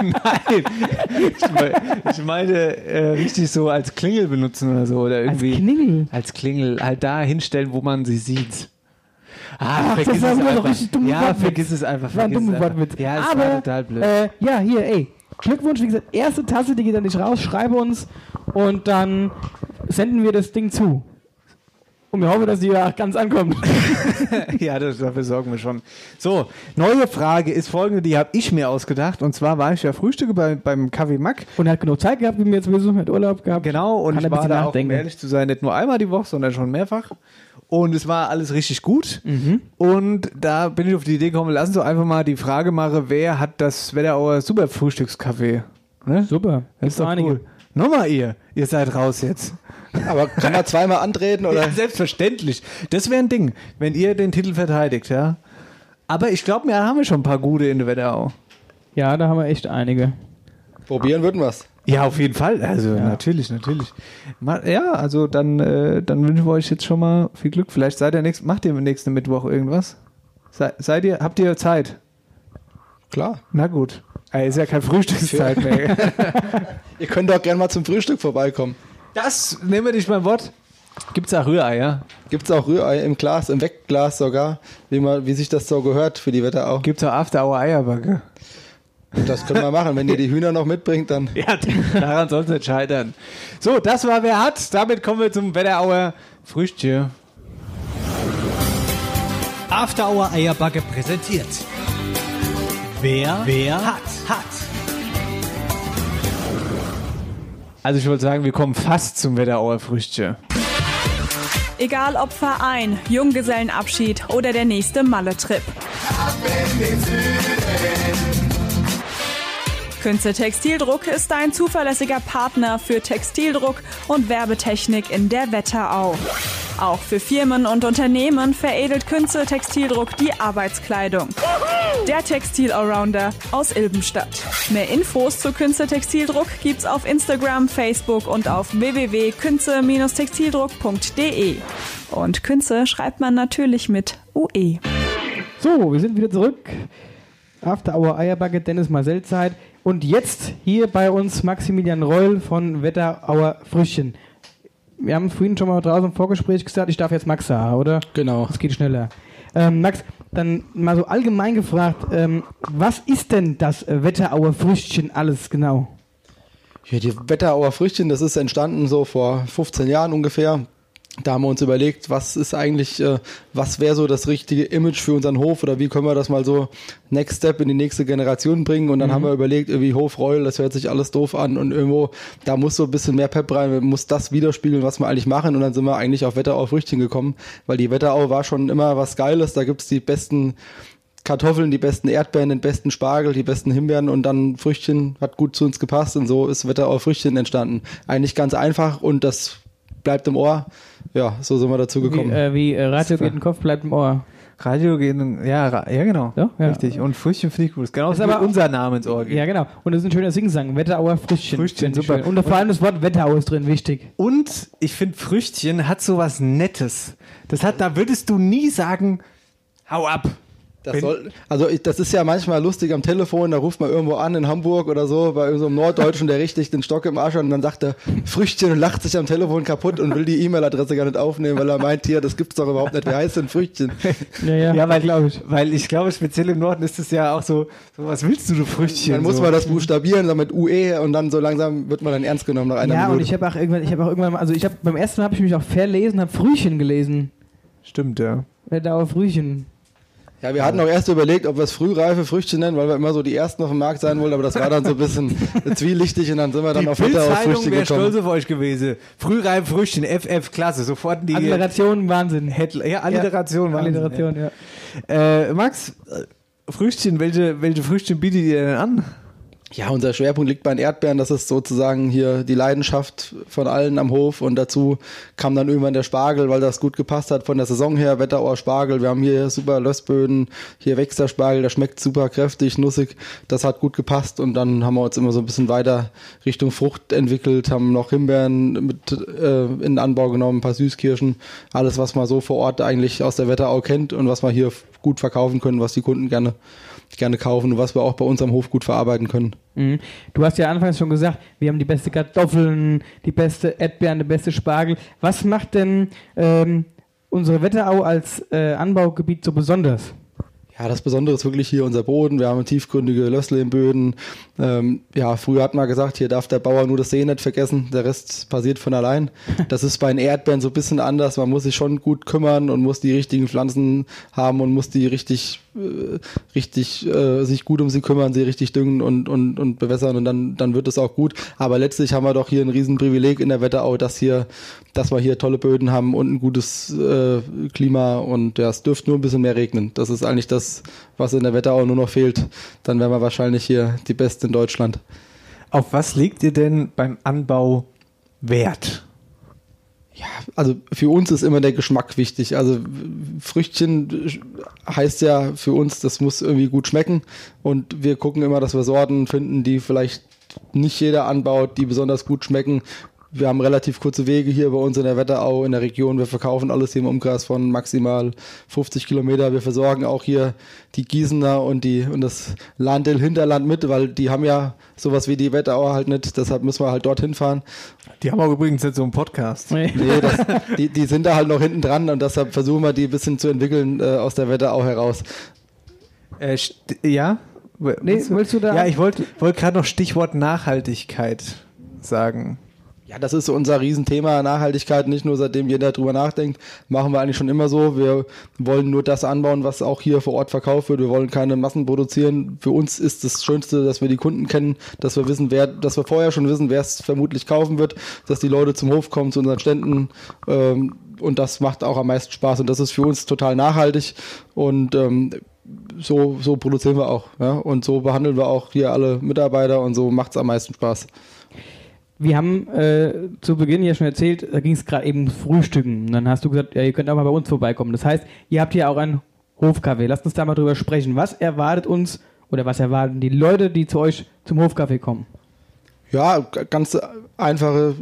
S4: Nein. Ich, mein, ich meine äh, richtig so als Klingel benutzen oder so. Oder
S3: Als
S4: irgendwie als,
S3: Kningel.
S4: Klingel halt da hinstellen, wo man sie sieht. Ah,
S3: Ach, das
S4: vergiss
S3: war
S4: es
S3: wieder
S4: einfach.
S3: doch richtig dumm
S4: ja,
S3: Wortwitz.
S4: vergiss es einfach.
S3: Das war ein
S4: vergiss es
S3: dummer
S4: einfach.
S3: Wortwitz.
S4: Ja, das
S3: Aber,
S4: war total blöd.
S3: Äh, ja, hier, ey. Glückwunsch, wie gesagt, erste Tasse, die geht an dich raus, schreibe uns und dann senden wir das Ding zu. Und wir hoffen, dass die ja auch ganz ankommt.
S4: ja, das, dafür sorgen wir schon. So, neue Frage ist folgende, die habe ich mir ausgedacht. Und zwar war ich ja Frühstücke bei, beim Kaffee Mack.
S3: Und er hat genug Zeit gehabt, wie wir jetzt wissen, hat Urlaub gehabt.
S4: Genau, und
S3: Kann
S4: ich
S3: ein
S4: war
S3: bisschen
S4: da auch, um
S3: nachdenken.
S4: ehrlich zu sein, nicht nur einmal die Woche, sondern schon mehrfach. Und es war alles richtig gut. Und da bin ich auf die Idee gekommen, lass uns doch einfach mal die Frage machen, wer hat das Wetterauer Super Frühstückskaffee? Ne?
S3: Super.
S4: Das
S3: Gibt's
S4: ist doch
S3: einige.
S4: cool. Nochmal ihr, ihr seid raus jetzt.
S10: Aber kann man zweimal antreten oder?
S4: Ja, selbstverständlich. Das wäre ein Ding, wenn ihr den Titel verteidigt, ja. Aber ich glaube, wir haben wir schon ein paar gute in der Wetterau.
S3: Ja, da haben wir echt einige.
S10: Probieren würden wir's.
S4: Ja, auf jeden Fall. Also natürlich, natürlich. Ma- Ja, also dann, äh, dann wünschen wir euch jetzt schon mal viel Glück. Vielleicht seid ihr nächst, macht ihr nächsten Mittwoch irgendwas? Sei, seid ihr, habt ihr Zeit?
S10: Klar.
S4: Na gut. Äh, ist ja keine Frühstückszeit mehr.
S10: Ihr könnt auch gerne mal zum Frühstück vorbeikommen.
S4: Das nehmen wir dich mein Wort. Gibt's auch Rührei, ja?
S10: Gibt's auch Rührei im Glas, im Wegglas sogar, wie, man, wie sich das so gehört für die Wetterau.
S4: Gibt's auch After Hour Eierbacke?
S10: Das können wir machen. Wenn ihr die Hühner noch mitbringt, dann
S4: Ja, daran soll es nicht scheitern. So, das war Wer hat. Damit kommen wir zum Wetterauer Frühstück.
S11: After Hour Eierbacke präsentiert. Wer, wer hat, hat.
S4: Also ich wollte sagen, wir kommen fast zum Wetterauer Frühstück.
S1: Egal ob Verein, Junggesellenabschied oder der nächste Malle-Trip. Künze Textildruck ist ein zuverlässiger Partner für Textildruck und Werbetechnik in der Wetterau. Auch für Firmen und Unternehmen veredelt Künze Textildruck die Arbeitskleidung. Der Textil-Allrounder aus Ilbenstadt. Mehr Infos zu Künze Textildruck gibt's auf Instagram, Facebook und auf www.künze-textildruck.de. Und Künze schreibt man natürlich mit E. UE.
S3: So, wir sind wieder zurück. After Hour Eierbacke, Dennis Marcel Zeit. Und jetzt hier bei uns Maximilian Reul von Wetterauer Früchtchen. Wir haben vorhin schon mal draußen im Vorgespräch gesagt, ich darf jetzt Max sagen, oder?
S10: Genau.
S3: Es geht schneller. Ähm, Max, dann mal so allgemein gefragt, ähm, was ist denn das Wetterauer Früchtchen alles genau?
S10: Ja, die Wetterauer Früchtchen, das ist entstanden so vor 15 Jahren ungefähr. Da haben wir uns überlegt, was ist eigentlich, äh, was wäre so das richtige Image für unseren Hof oder wie können wir das mal so Next Step in die nächste Generation bringen? Und dann
S4: Mhm.
S10: haben wir überlegt, irgendwie Hofreul, das hört sich alles doof an und irgendwo, da muss so ein bisschen mehr Pep rein, muss das widerspiegeln, was wir eigentlich machen. Und dann sind wir eigentlich auf Wetterau Früchtchen gekommen, weil die Wetterau war schon immer was Geiles. Da gibt's die besten Kartoffeln, die besten Erdbeeren, den besten Spargel, die besten Himbeeren und dann Früchtchen hat gut zu uns gepasst und so ist Wetterau Früchtchen entstanden. Eigentlich ganz einfach und das bleibt im Ohr. Ja, so sind wir dazu gekommen.
S3: Wie, äh, wie äh, Radio geht in den Kopf, bleibt im Ohr.
S4: Radio geht in, ja, ra- ja genau.
S3: ja.
S4: Richtig. Und Früchtchen finde ich gut. Das ist genau
S3: Ist
S4: wie
S3: aber-
S4: unser Name ins Ohr geht.
S3: Ja, genau. Und das ist ein schöner Singsang. Wetterauer Früchtchen.
S4: Früchtchen,
S3: Finde ich
S4: super.
S3: schön. Und vor allem das Wort Wetterau ist drin, wichtig.
S4: Und ich finde, Früchtchen hat sowas Nettes. Das hat, da würdest du nie sagen, hau ab.
S10: Das soll, also ich, das ist ja manchmal lustig am Telefon, da ruft man irgendwo an in Hamburg oder so, bei irgendeinem Norddeutschen, der richtig den Stock im Arsch hat und dann sagt er Früchtchen und lacht sich am Telefon kaputt und will die E-Mail-Adresse gar nicht aufnehmen, weil er meint, hier, das gibt's doch überhaupt nicht. Wer heißt denn Früchtchen?
S3: Ja, ja.
S4: weil, glaube ich. Weil ich glaube, speziell im Norden ist es ja auch so, so was willst du, du Früchtchen?
S10: Dann muss
S4: so.
S10: man das buchstabieren, dann mit UE und dann so langsam wird man dann ernst genommen nach einer
S3: ja,
S10: Minute.
S3: und ich habe auch irgendwann, ich habe auch irgendwann, mal- also ich habe beim ersten Mal habe ich mich auch verlesen, habe Frühchen gelesen.
S4: Stimmt, ja.
S3: Wetterauer Frühchen.
S10: ja, wir hatten auch erst überlegt, ob wir es frühreife Früchtchen nennen, weil wir immer so die ersten auf dem Markt sein wollten, aber das war dann so ein bisschen zwielichtig und dann sind wir dann
S4: Die
S10: auf Wetterau
S4: Bildzeitung
S10: Früchtchen
S4: wäre stolz
S10: gekommen.
S4: auf euch gewesen. Frühreif Früchtchen, FF, klasse. Sofort in die
S3: Alliteration, Wahnsinn.
S4: Headla ja, Alliteration,
S3: Ja,
S4: Wahnsinn.
S3: Alliteration, ja.
S4: Äh, Max, äh, Früchtchen, welche, welche Früchtchen bietet ihr denn an?
S10: Ja, unser Schwerpunkt liegt bei den Erdbeeren. Das ist sozusagen hier die Leidenschaft von allen am Hof. Und dazu kam dann irgendwann der Spargel, weil das gut gepasst hat von der Saison her. Wetterauer Spargel. Wir haben hier super Lössböden. Hier wächst der Spargel. Der schmeckt super kräftig, nussig. Das hat gut gepasst. Und dann haben wir uns immer so ein bisschen weiter Richtung Frucht entwickelt. Haben noch Himbeeren mit äh, in den Anbau genommen, ein paar Süßkirschen. Alles, was man so vor Ort eigentlich aus der Wetterau kennt und was wir hier f- gut verkaufen können, was die Kunden gerne gerne kaufen und was wir auch bei uns am Hof gut verarbeiten können.
S3: Mhm. Du hast ja anfangs schon gesagt, wir haben die beste Kartoffeln, die beste Erdbeeren, der beste Spargel. Was macht denn ähm, unsere Wetterau als äh, Anbaugebiet so besonders?
S10: Ja, das Besondere ist wirklich hier unser Boden. Wir haben tiefgründige Lössle im Böden. Ähm, ja, früher hat man gesagt, hier darf der Bauer nur das Sehen nicht vergessen. Der Rest passiert von allein. Das ist bei den Erdbeeren so ein bisschen anders. Man muss sich schon gut kümmern und muss die richtigen Pflanzen haben und muss die richtig, äh, richtig, äh, sich gut um sie kümmern, sie richtig düngen und, und, und bewässern und dann, dann wird es auch gut. Aber letztlich haben wir doch hier ein Riesenprivileg in der Wetterau, dass hier, dass wir hier tolle Böden haben und ein gutes äh, Klima und ja, es dürfte nur ein bisschen mehr regnen. Das ist eigentlich das, was in der Wetterau nur noch fehlt. Dann wären wir wahrscheinlich hier die Besten in Deutschland.
S4: Auf was legt ihr denn beim Anbau Wert?
S10: also für uns ist immer der Geschmack wichtig. Also w- Früchtchen heißt ja für uns, das muss irgendwie gut schmecken. Und wir gucken immer, dass wir Sorten finden, die vielleicht nicht jeder anbaut, die besonders gut schmecken. Wir haben relativ kurze Wege hier bei uns in der Wetterau, in der Region. Wir verkaufen alles hier im Umkreis von maximal 50 Kilometer. Wir versorgen auch hier die Gießener und die und das Land im Hinterland mit, weil die haben ja sowas wie die Wetterauer halt nicht. Deshalb müssen wir halt dorthin fahren.
S4: Die haben auch übrigens jetzt so einen Podcast.
S10: Nee, das, die, die sind da halt noch hinten dran und deshalb versuchen wir die ein bisschen zu entwickeln äh, aus der Wetterau heraus.
S4: Äh, st- ja? W-
S3: Nee, willst du da-
S4: Ja, ich wollte wollt gerade noch Stichwort Nachhaltigkeit sagen.
S10: Ja, das ist so unser Riesenthema Nachhaltigkeit, nicht nur seitdem jeder drüber nachdenkt, machen wir eigentlich schon immer so. Wir wollen nur das anbauen, was auch hier vor Ort verkauft wird. Wir wollen keine Massen produzieren. Für uns ist das Schönste, dass wir die Kunden kennen, dass wir wissen, wer, dass wir vorher schon wissen, wer es vermutlich kaufen wird, dass die Leute zum Hof kommen, zu unseren Ständen. Ähm, und das macht auch am meisten Spaß. Und das ist für uns total nachhaltig. Und ähm, so, so produzieren wir auch. Ja? Und so behandeln wir auch hier alle Mitarbeiter und so macht es am meisten Spaß.
S3: Wir haben äh, zu Beginn ja schon erzählt, da ging es gerade eben ums Frühstücken. Und Dann hast du gesagt, ja, ihr könnt auch mal bei uns vorbeikommen. Das heißt, ihr habt hier auch einen Hofkaffee. Lasst uns da mal drüber sprechen. Was erwartet uns oder was erwarten die Leute, die zu euch zum Hofkaffee kommen?
S10: Ja, g- ganz einfache,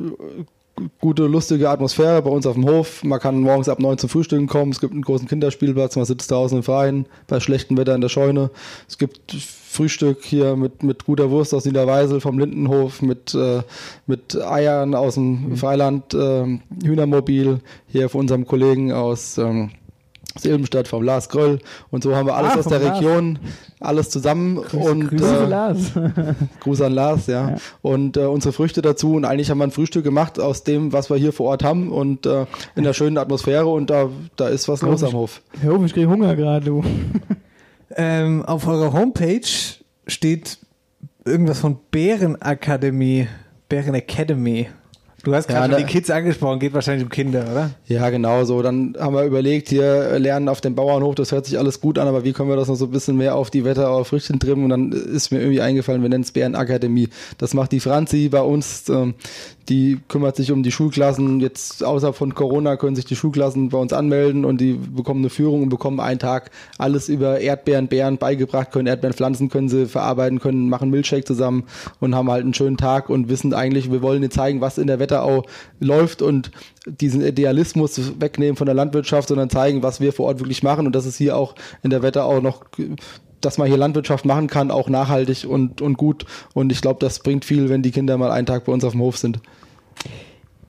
S10: äh, gute, lustige Atmosphäre bei uns auf dem Hof. Man kann morgens ab 9 zum Frühstücken kommen. Es gibt einen großen Kinderspielplatz. Man sitzt draußen im Freien, bei schlechtem Wetter in der Scheune. Es gibt Frühstück hier mit, mit guter Wurst aus Niederweisel vom Lindenhof, mit, äh, mit Eiern aus
S3: Mhm.
S10: dem Freiland, ähm, Hühnermobil, hier von unserem Kollegen aus. Ähm, aus Ilmenstadt, vom Lars Gröll und so haben wir alles
S3: Ah,
S10: aus
S3: vom
S10: der
S3: Lars.
S10: Region, alles zusammen und
S3: Grüße,
S10: äh,
S3: Lars.
S10: Gruß an Lars, ja. Und äh, unsere Früchte dazu. Und eigentlich haben wir ein Frühstück gemacht aus dem, was wir hier vor Ort haben und äh, in der schönen Atmosphäre. Und da, da ist was los am Hof.
S3: Herr Hof, ich kriege Hunger gerade, du.
S4: Ähm, auf eurer Homepage steht irgendwas von Bärenakademie. Bären Academy. Du hast
S10: Ja,
S4: gerade
S10: da-
S4: schon die Kids angesprochen, geht wahrscheinlich um Kinder, oder?
S10: Ja, genau so. Dann haben wir überlegt, hier äh, lernen auf dem Bauernhof, das hört sich alles gut an, aber wie können wir das noch so ein bisschen mehr auf die Wetterauer Früchte trimmen? Und dann ist mir irgendwie eingefallen, wir nennen es Bärenakademie. Das macht die Franzi bei uns, ähm, die kümmert sich um die Schulklassen. Jetzt außerhalb von Corona können sich die Schulklassen bei uns anmelden und die bekommen eine Führung und bekommen einen Tag alles über Erdbeeren, Beeren beigebracht, können Erdbeeren pflanzen, können sie verarbeiten, können machen Milchshake zusammen und haben halt einen schönen Tag und wissen eigentlich, wir wollen ihnen zeigen, was in der Wetterau läuft und diesen Idealismus wegnehmen von der Landwirtschaft, sondern zeigen, was wir vor Ort wirklich machen und dass es hier auch in der Wetterau noch dass man hier Landwirtschaft machen kann, auch nachhaltig und, und gut. Und ich glaube, das bringt viel, wenn die Kinder mal einen Tag bei uns auf dem Hof sind.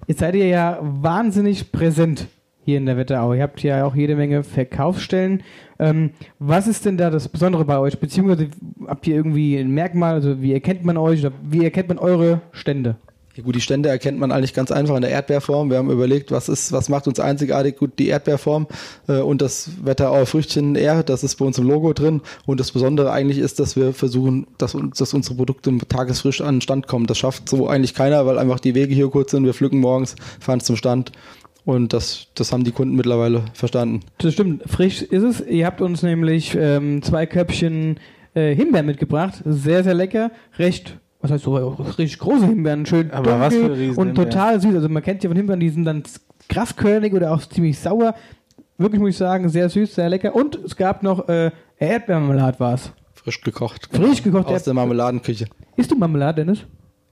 S3: Jetzt seid ihr ja wahnsinnig präsent hier in der Wetterau. Ihr habt ja auch jede Menge Verkaufsstellen. Ähm, was ist denn da das Besondere bei euch? Beziehungsweise habt ihr irgendwie ein Merkmal? Also wie erkennt man euch? Oder wie erkennt man eure Stände?
S10: Ja, gut, die Stände erkennt man eigentlich ganz einfach in der Erdbeerform. Wir haben überlegt, was ist, was macht uns einzigartig gut die Erdbeerform äh, und das Wetterauer Früchtchen R, das ist bei uns im Logo drin. Und das Besondere eigentlich ist, dass wir versuchen, dass, uns- dass unsere Produkte tagesfrisch an den Stand kommen. Das schafft so eigentlich keiner, weil einfach die Wege hier kurz sind. Wir pflücken morgens, fahren zum Stand. Und das, das haben die Kunden mittlerweile verstanden.
S3: Das stimmt, frisch ist es. Ihr habt uns nämlich ähm, zwei Köpfchen äh, Himbeeren mitgebracht. Sehr, sehr lecker. Recht, was heißt so, richtig große Himbeeren. Schön
S4: Aber was für Riesen
S3: und total süß. Also man kennt ja von Himbeeren, die sind dann kraftkörnig oder auch ziemlich sauer. Wirklich muss ich sagen, sehr süß, sehr lecker. Und es gab noch äh, Erdbeermarmelade war es.
S10: Frisch gekocht.
S3: Frisch gekocht,
S10: Aus
S3: Erdbeer-
S10: der Marmeladenküche.
S3: Isst du Marmelade, Dennis?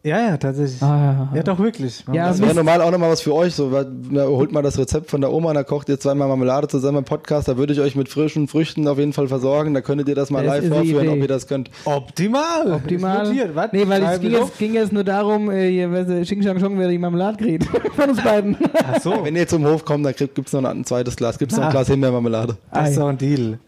S4: Ja, ja, tatsächlich.
S3: Ah,
S4: Ja, doch, wirklich.
S3: Ja, also
S10: das wäre normal auch nochmal was für euch. So, weil, na, holt mal das Rezept von der Oma, da kocht ihr zweimal Marmelade zusammen im Podcast. Da würde ich euch mit frischen Früchten auf jeden Fall versorgen. Da könntet ihr das mal
S3: Das
S10: live
S3: ist die
S10: vorführen,
S3: Idee.
S10: ob ihr das könnt.
S4: Optimal.
S3: Optimal.
S4: Ist notiert. Was?
S3: Nee, weil es
S4: Schreiben
S3: ging
S4: wir
S3: jetzt, ging jetzt nur darum, äh, hier, weißt du, Xing Shang Chong, wer die Marmelade kriegt. von uns beiden.
S4: Ach so.
S10: Wenn ihr zum Hof kommt, dann gibt es noch ein zweites Glas. Gibt es noch
S4: Ah.
S10: ein Glas Himbeermarmelade.
S4: Das ist doch ein Deal.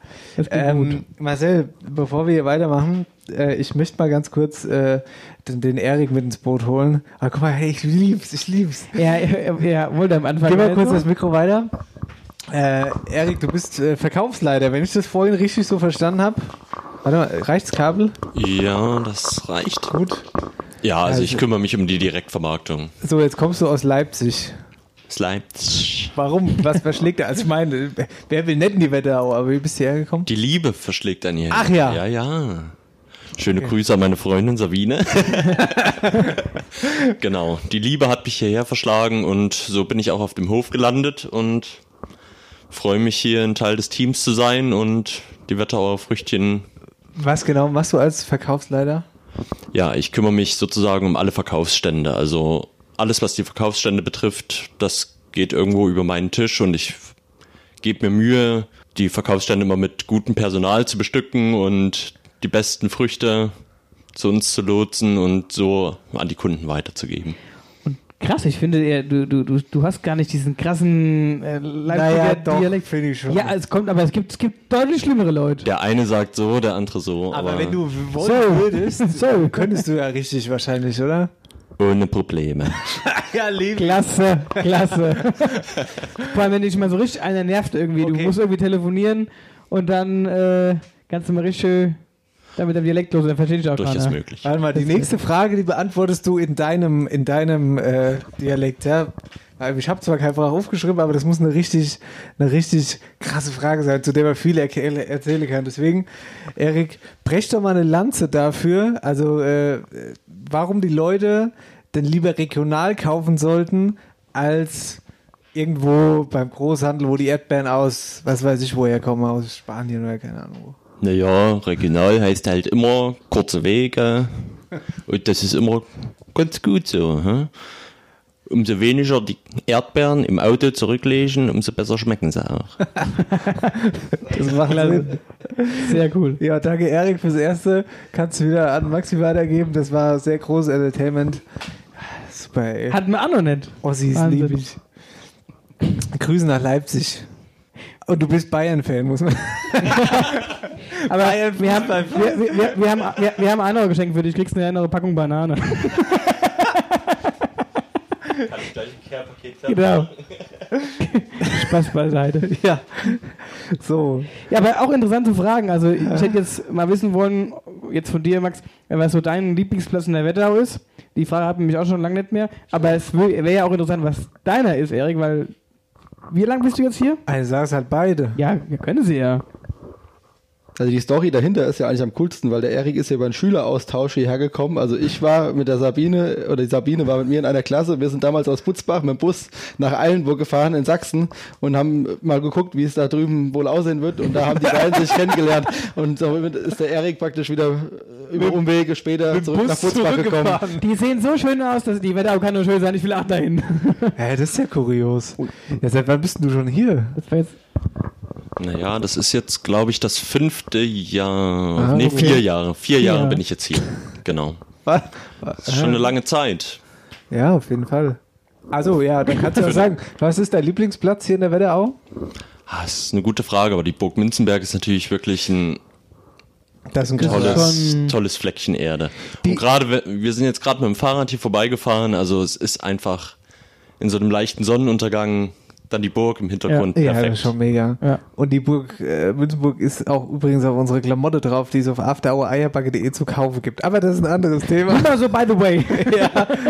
S4: ähm, Marcel, bevor wir hier weitermachen, äh, ich möchte mal ganz kurz äh, den, den Erik mit ins Boot holen. Aber guck mal, hey, ich lieb's, ich lieb's.
S3: Ja, ja, ja, wollte am Anfang.
S4: Geh mal
S3: Also.
S4: kurz das Mikro weiter. Äh, Erik, du bist äh, Verkaufsleiter, wenn ich das vorhin richtig so verstanden habe. Warte mal, reicht's Kabel?
S12: Ja, das reicht.
S4: Gut.
S12: Ja, also, ich
S4: Also-
S12: kümmere mich um die Direktvermarktung.
S4: So, jetzt kommst du aus Leipzig.
S12: Es leidet.
S4: Warum? Was verschlägt er? Also ich meine, wer will nicht in die Wetterau, aber wie bist du hergekommen?
S12: Die Liebe verschlägt an ihr.
S4: Ach ja.
S12: Ja, ja. Schöne Grüße an meine Freundin Sabine. genau. Die Liebe hat mich hierher verschlagen und so bin ich auch auf dem Hof gelandet und freue mich hier ein Teil des Teams zu sein und die Wetterauer Früchtchen
S4: Was genau machst du als Verkaufsleiter?
S12: Ja, ich kümmere mich sozusagen um alle Verkaufsstände. Also alles, was die Verkaufsstände betrifft, das geht irgendwo über meinen Tisch und ich gebe mir Mühe, die Verkaufsstände immer mit gutem Personal zu bestücken und die besten Früchte zu uns zu lotsen und so an die Kunden weiterzugeben.
S3: Krass, ich finde, er- du, du, du, du hast gar nicht diesen krassen äh, Leipziger
S4: doch,
S3: Dialekt.
S4: finde ich schon.
S3: Ja, es kommt, aber es gibt, es gibt deutlich schlimmere Leute.
S12: Der eine sagt so, der andere so. Aber,
S4: Wenn du wollen würdest, könntest du ja richtig wahrscheinlich, oder?
S12: ohne Probleme.
S4: Ja, lieb.
S3: Klasse, klasse. Vor allem, wenn dich mal so richtig einer nervt irgendwie. Du musst irgendwie telefonieren und dann äh, kannst du mal richtig schön damit am Dialekt los, dann verstehe ich auch keiner.
S4: Warte mal, die nächste Frage, die beantwortest du in deinem, in deinem äh, Dialekt, ja? Weil Ich habe zwar keine Frage aufgeschrieben, aber das muss eine richtig, eine richtig krasse Frage sein, zu der man viel erke- erzählen kann. Deswegen, Erik, brech doch mal eine Lanze dafür, also äh, warum die Leute denn lieber regional kaufen sollten, als irgendwo beim Großhandel, wo die Erdbeeren aus, was weiß ich, woher kommen, aus Spanien oder keine Ahnung wo.
S12: Naja, regional heißt halt immer kurze Wege. Und das ist immer ganz gut so. Hm? Umso weniger die Erdbeeren im Auto zurücklegen, umso besser schmecken sie auch.
S4: Das macht Sinn.
S3: Sehr cool.
S4: Ja, danke Erik fürs Erste. Kannst du wieder an Maxi weitergeben. Das war sehr großes Entertainment. Super, ey.
S3: Hatten wir auch noch nicht.
S4: Ossis
S3: Wahnsinn.
S4: lieb ich. Grüße nach Leipzig. Und du bist Bayern-Fan, muss man.
S3: Aber wir haben, wir, wir, wir, wir haben, wir, wir haben andere Geschenke für dich. Kriegst eine andere Packung Banane.
S12: Kann ich gleich ein Care-Paket
S3: Genau. Spaß beiseite.
S4: Ja. So.
S3: Ja, aber auch interessante Fragen. Also ich hätte jetzt mal wissen wollen, jetzt von dir, Max, was so dein Lieblingsplatz in der Wetterau ist. Die Frage hat mich auch schon lange nicht mehr. Aber es wäre ja auch interessant, was deiner ist, Erik, weil wie lange bist du jetzt hier?
S4: Also sag's halt beide.
S3: Ja, wir können sie ja.
S10: Also die Story dahinter ist ja eigentlich am coolsten, weil der Erik ist ja über einen Schüleraustausch hierher gekommen. Also ich war mit der Sabine, oder die Sabine war mit mir in einer Klasse. Wir sind damals aus Putzbach mit dem Bus nach Eilenburg gefahren in Sachsen und haben mal geguckt, wie es da drüben wohl aussehen wird. Und da haben die beiden sich kennengelernt. Und somit ist der Erik praktisch wieder äh, über Umwege später zurück nach Putzbach gekommen.
S3: Die sehen so schön aus, dass die Wetterau kann nur schön sein. Ich will auch dahin.
S4: Hä, das ist ja kurios. Ja, seit wann bist denn du schon hier?
S3: Das war jetzt
S12: Naja, das ist jetzt, glaube ich, das fünfte Jahr.
S4: Ah,
S12: nee,
S4: okay.
S12: vier Jahre. Vier
S4: Vier
S12: Jahre
S4: Jahre.
S12: bin ich jetzt hier. Genau.
S4: Was?
S12: Das ist schon eine lange Zeit.
S4: Ah, Ja, auf jeden Fall. Also ja, dann kannst du ja sagen, was ist dein Lieblingsplatz hier in der Wetterau?
S12: Ah, Das ist eine gute Frage, aber die Burg Münzenberg ist natürlich wirklich ein
S4: Das ist ein
S12: tolles, tolles Fleckchen Erde. Und gerade, we- wir sind jetzt gerade mit dem Fahrrad hier vorbeigefahren, also es ist einfach in so einem leichten Sonnenuntergang, dann die Burg im Hintergrund.
S4: Ja, das ist
S12: perfekt.
S4: schon mega. Und die Burg äh, Münzenburg ist auch übrigens auf unsere Klamotte drauf, die es auf afterhoureierbacke.de zu kaufen gibt. Aber das ist ein anderes Thema.
S3: Immer so, by the way.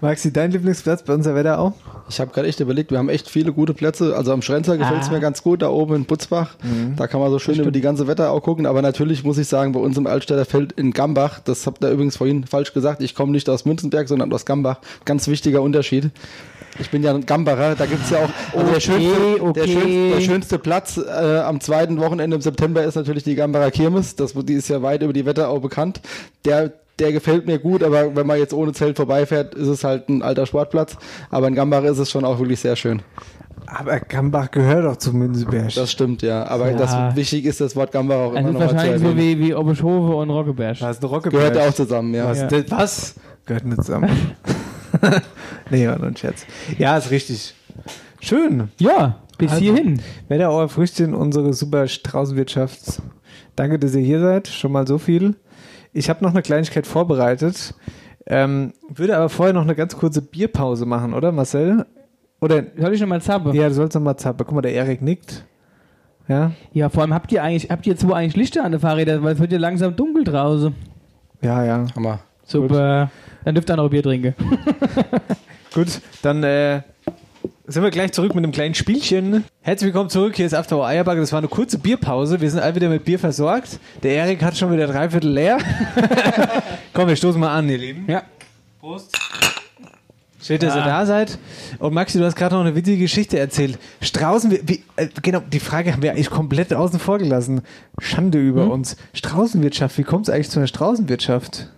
S4: Maxi, dein Lieblingsplatz bei unserer Wetterau?
S10: Ich habe gerade echt überlegt, wir haben echt viele gute Plätze. Also am Schrenzer gefällt es
S4: Ah.
S10: mir ganz gut, da oben in Putzbach. Da kann man so schön über die ganze Wetterau gucken. Aber natürlich muss ich sagen, bei uns im Altstädter Feld in Gambach, das habt ihr übrigens vorhin falsch gesagt, ich komme nicht aus Münzenberg, sondern aus Gambach. Ganz wichtiger Unterschied. Ich bin ja ein Gambacher, da gibt's ja auch also der, schönste, Der,
S3: okay.
S10: schönste, der schönste Platz äh, am zweiten Wochenende im September ist natürlich die Gambacher Kirmes. Das, die ist ja weit über die Wetterau bekannt. Der, der gefällt mir gut, aber wenn man jetzt ohne Zelt vorbeifährt, ist es halt ein alter Sportplatz. Aber in Gambach ist es schon auch wirklich sehr schön.
S4: Aber Gambach gehört doch zu Münzenberg.
S10: Das stimmt, ja. Aber
S3: Ja.
S10: Das, wichtig ist das Wort Gambach auch
S3: Also
S10: immer
S3: Das ist
S10: noch mal zu
S3: wahrscheinlich so
S10: erwähnen.
S3: wie, wie Obischhofe und Roggebersch.
S4: Das ist ein Rockeberg.
S10: Gehört auch zusammen, ja.
S4: Was?
S10: Ja.
S4: Das, was? Gehört nicht zusammen. nee, war nur ein Scherz. Ja, ist richtig. Schön.
S3: Ja, bis hierhin.
S4: Wetterauer Früchtchen, unsere super Straußenwirtschaft. Danke, dass ihr hier seid. Schon mal so viel. Ich habe noch eine Kleinigkeit vorbereitet. Ähm, würde aber vorher noch eine ganz kurze Bierpause machen, oder Marcel? Oder
S3: soll ich nochmal zappe?
S4: Ja, du sollst nochmal zappe. Guck mal, der Erik nickt. Ja.
S3: Ja, vor allem habt ihr eigentlich, habt ihr zwei eigentlich Lichter an den Fahrrädern, weil es wird ja langsam dunkel draußen.
S4: Ja, ja.
S10: Hammer.
S3: Super. Dann dürft ihr noch Bier trinken.
S4: Gut, dann äh, sind wir gleich zurück mit einem kleinen Spielchen. Herzlich willkommen zurück, hier ist After Hour Eierbacke. Das war eine kurze Bierpause. Wir sind alle wieder mit Bier versorgt. Der Erik hat schon wieder dreiviertel leer. Komm, wir stoßen mal an, ihr Lieben.
S3: Ja.
S4: Prost. Schön, dass ihr
S3: Ja.
S4: da seid. Und Maxi, du hast gerade noch eine witzige Geschichte erzählt. Straußen, wie, wie, äh, genau, die Frage haben wir eigentlich komplett außen vor gelassen. Schande
S3: Hm?
S4: über uns. Straußenwirtschaft, wie kommt es eigentlich zu einer Straußenwirtschaft?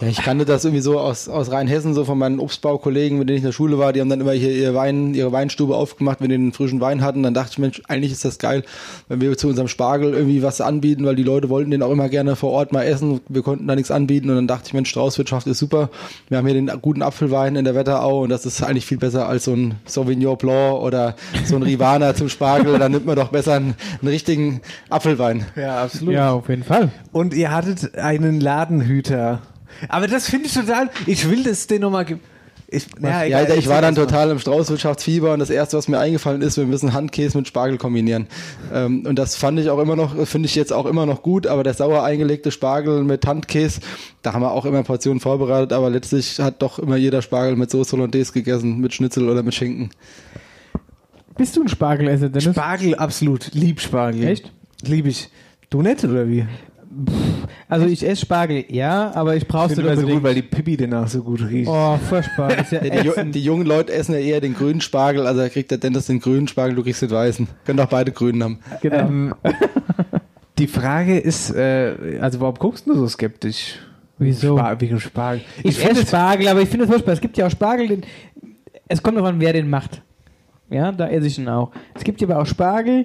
S10: Ja, ich kannte das irgendwie so aus, aus Rheinhessen, so von meinen Obstbaukollegen, mit denen ich in der Schule war. Die haben dann immer hier ihr Wein, ihre Weinstube aufgemacht, wenn die einen frischen Wein hatten. Dann dachte ich, Mensch, eigentlich ist das geil, wenn wir zu unserem Spargel irgendwie was anbieten, weil die Leute wollten den auch immer gerne vor Ort mal essen. Wir konnten da nichts anbieten. Und dann dachte ich, Mensch, Straußwirtschaft ist super. Wir haben hier den guten Apfelwein in der Wetterau und das ist eigentlich viel besser als so ein Sauvignon Blanc oder so ein Rivana zum Spargel. Dann nimmt man doch besser einen, einen richtigen Apfelwein.
S4: Ja, absolut.
S3: Ja, auf jeden Fall.
S4: Und ihr hattet einen Ladenhüter. Aber das finde ich total. Ich will das den nochmal. ge- Ich,
S10: Ja,
S4: egal,
S10: ich,
S4: erzähl
S10: war dann
S4: erst mal.
S10: total im Straußwirtschaftsfieber und das erste, was mir eingefallen ist, wir müssen Handkäse mit Spargel kombinieren. Ähm, und das fand ich auch immer noch, finde ich jetzt auch immer noch gut, aber der sauer eingelegte Spargel mit Handkäse, da haben wir auch immer Portionen vorbereitet, aber letztlich hat doch immer jeder Spargel mit Soße Hollandaise gegessen, mit Schnitzel oder mit Schinken.
S3: Bist du ein Spargelesser, Dennis?
S4: Spargel, absolut. Lieb Spargel.
S3: Echt?
S4: Lieb ich. Du nicht, oder wie?
S3: Also ich esse Spargel, ja, aber ich brauch's
S4: Ich
S3: nicht
S4: finde immer so
S3: unbedingt.
S4: gut, weil die Pipi danach so gut riecht.
S3: oh, furchtbar. Das ist ja
S10: die, Ju-
S3: ätzend.
S10: die jungen Leute essen ja eher den grünen Spargel, also da kriegt der Dennis den grünen Spargel, du kriegst den weißen. Können doch beide grünen haben.
S3: genau.
S4: Ähm, die Frage ist, äh, also warum guckst du so skeptisch?
S3: Wieso?
S4: Spar wegen Spargel.
S3: ich
S4: esse
S3: esse Spargel, aber ich finde es furchtbar. Es gibt ja auch Spargel, den, es kommt darauf an, wer den macht. Ja, da esse ich ihn auch. Es gibt ja aber auch Spargel,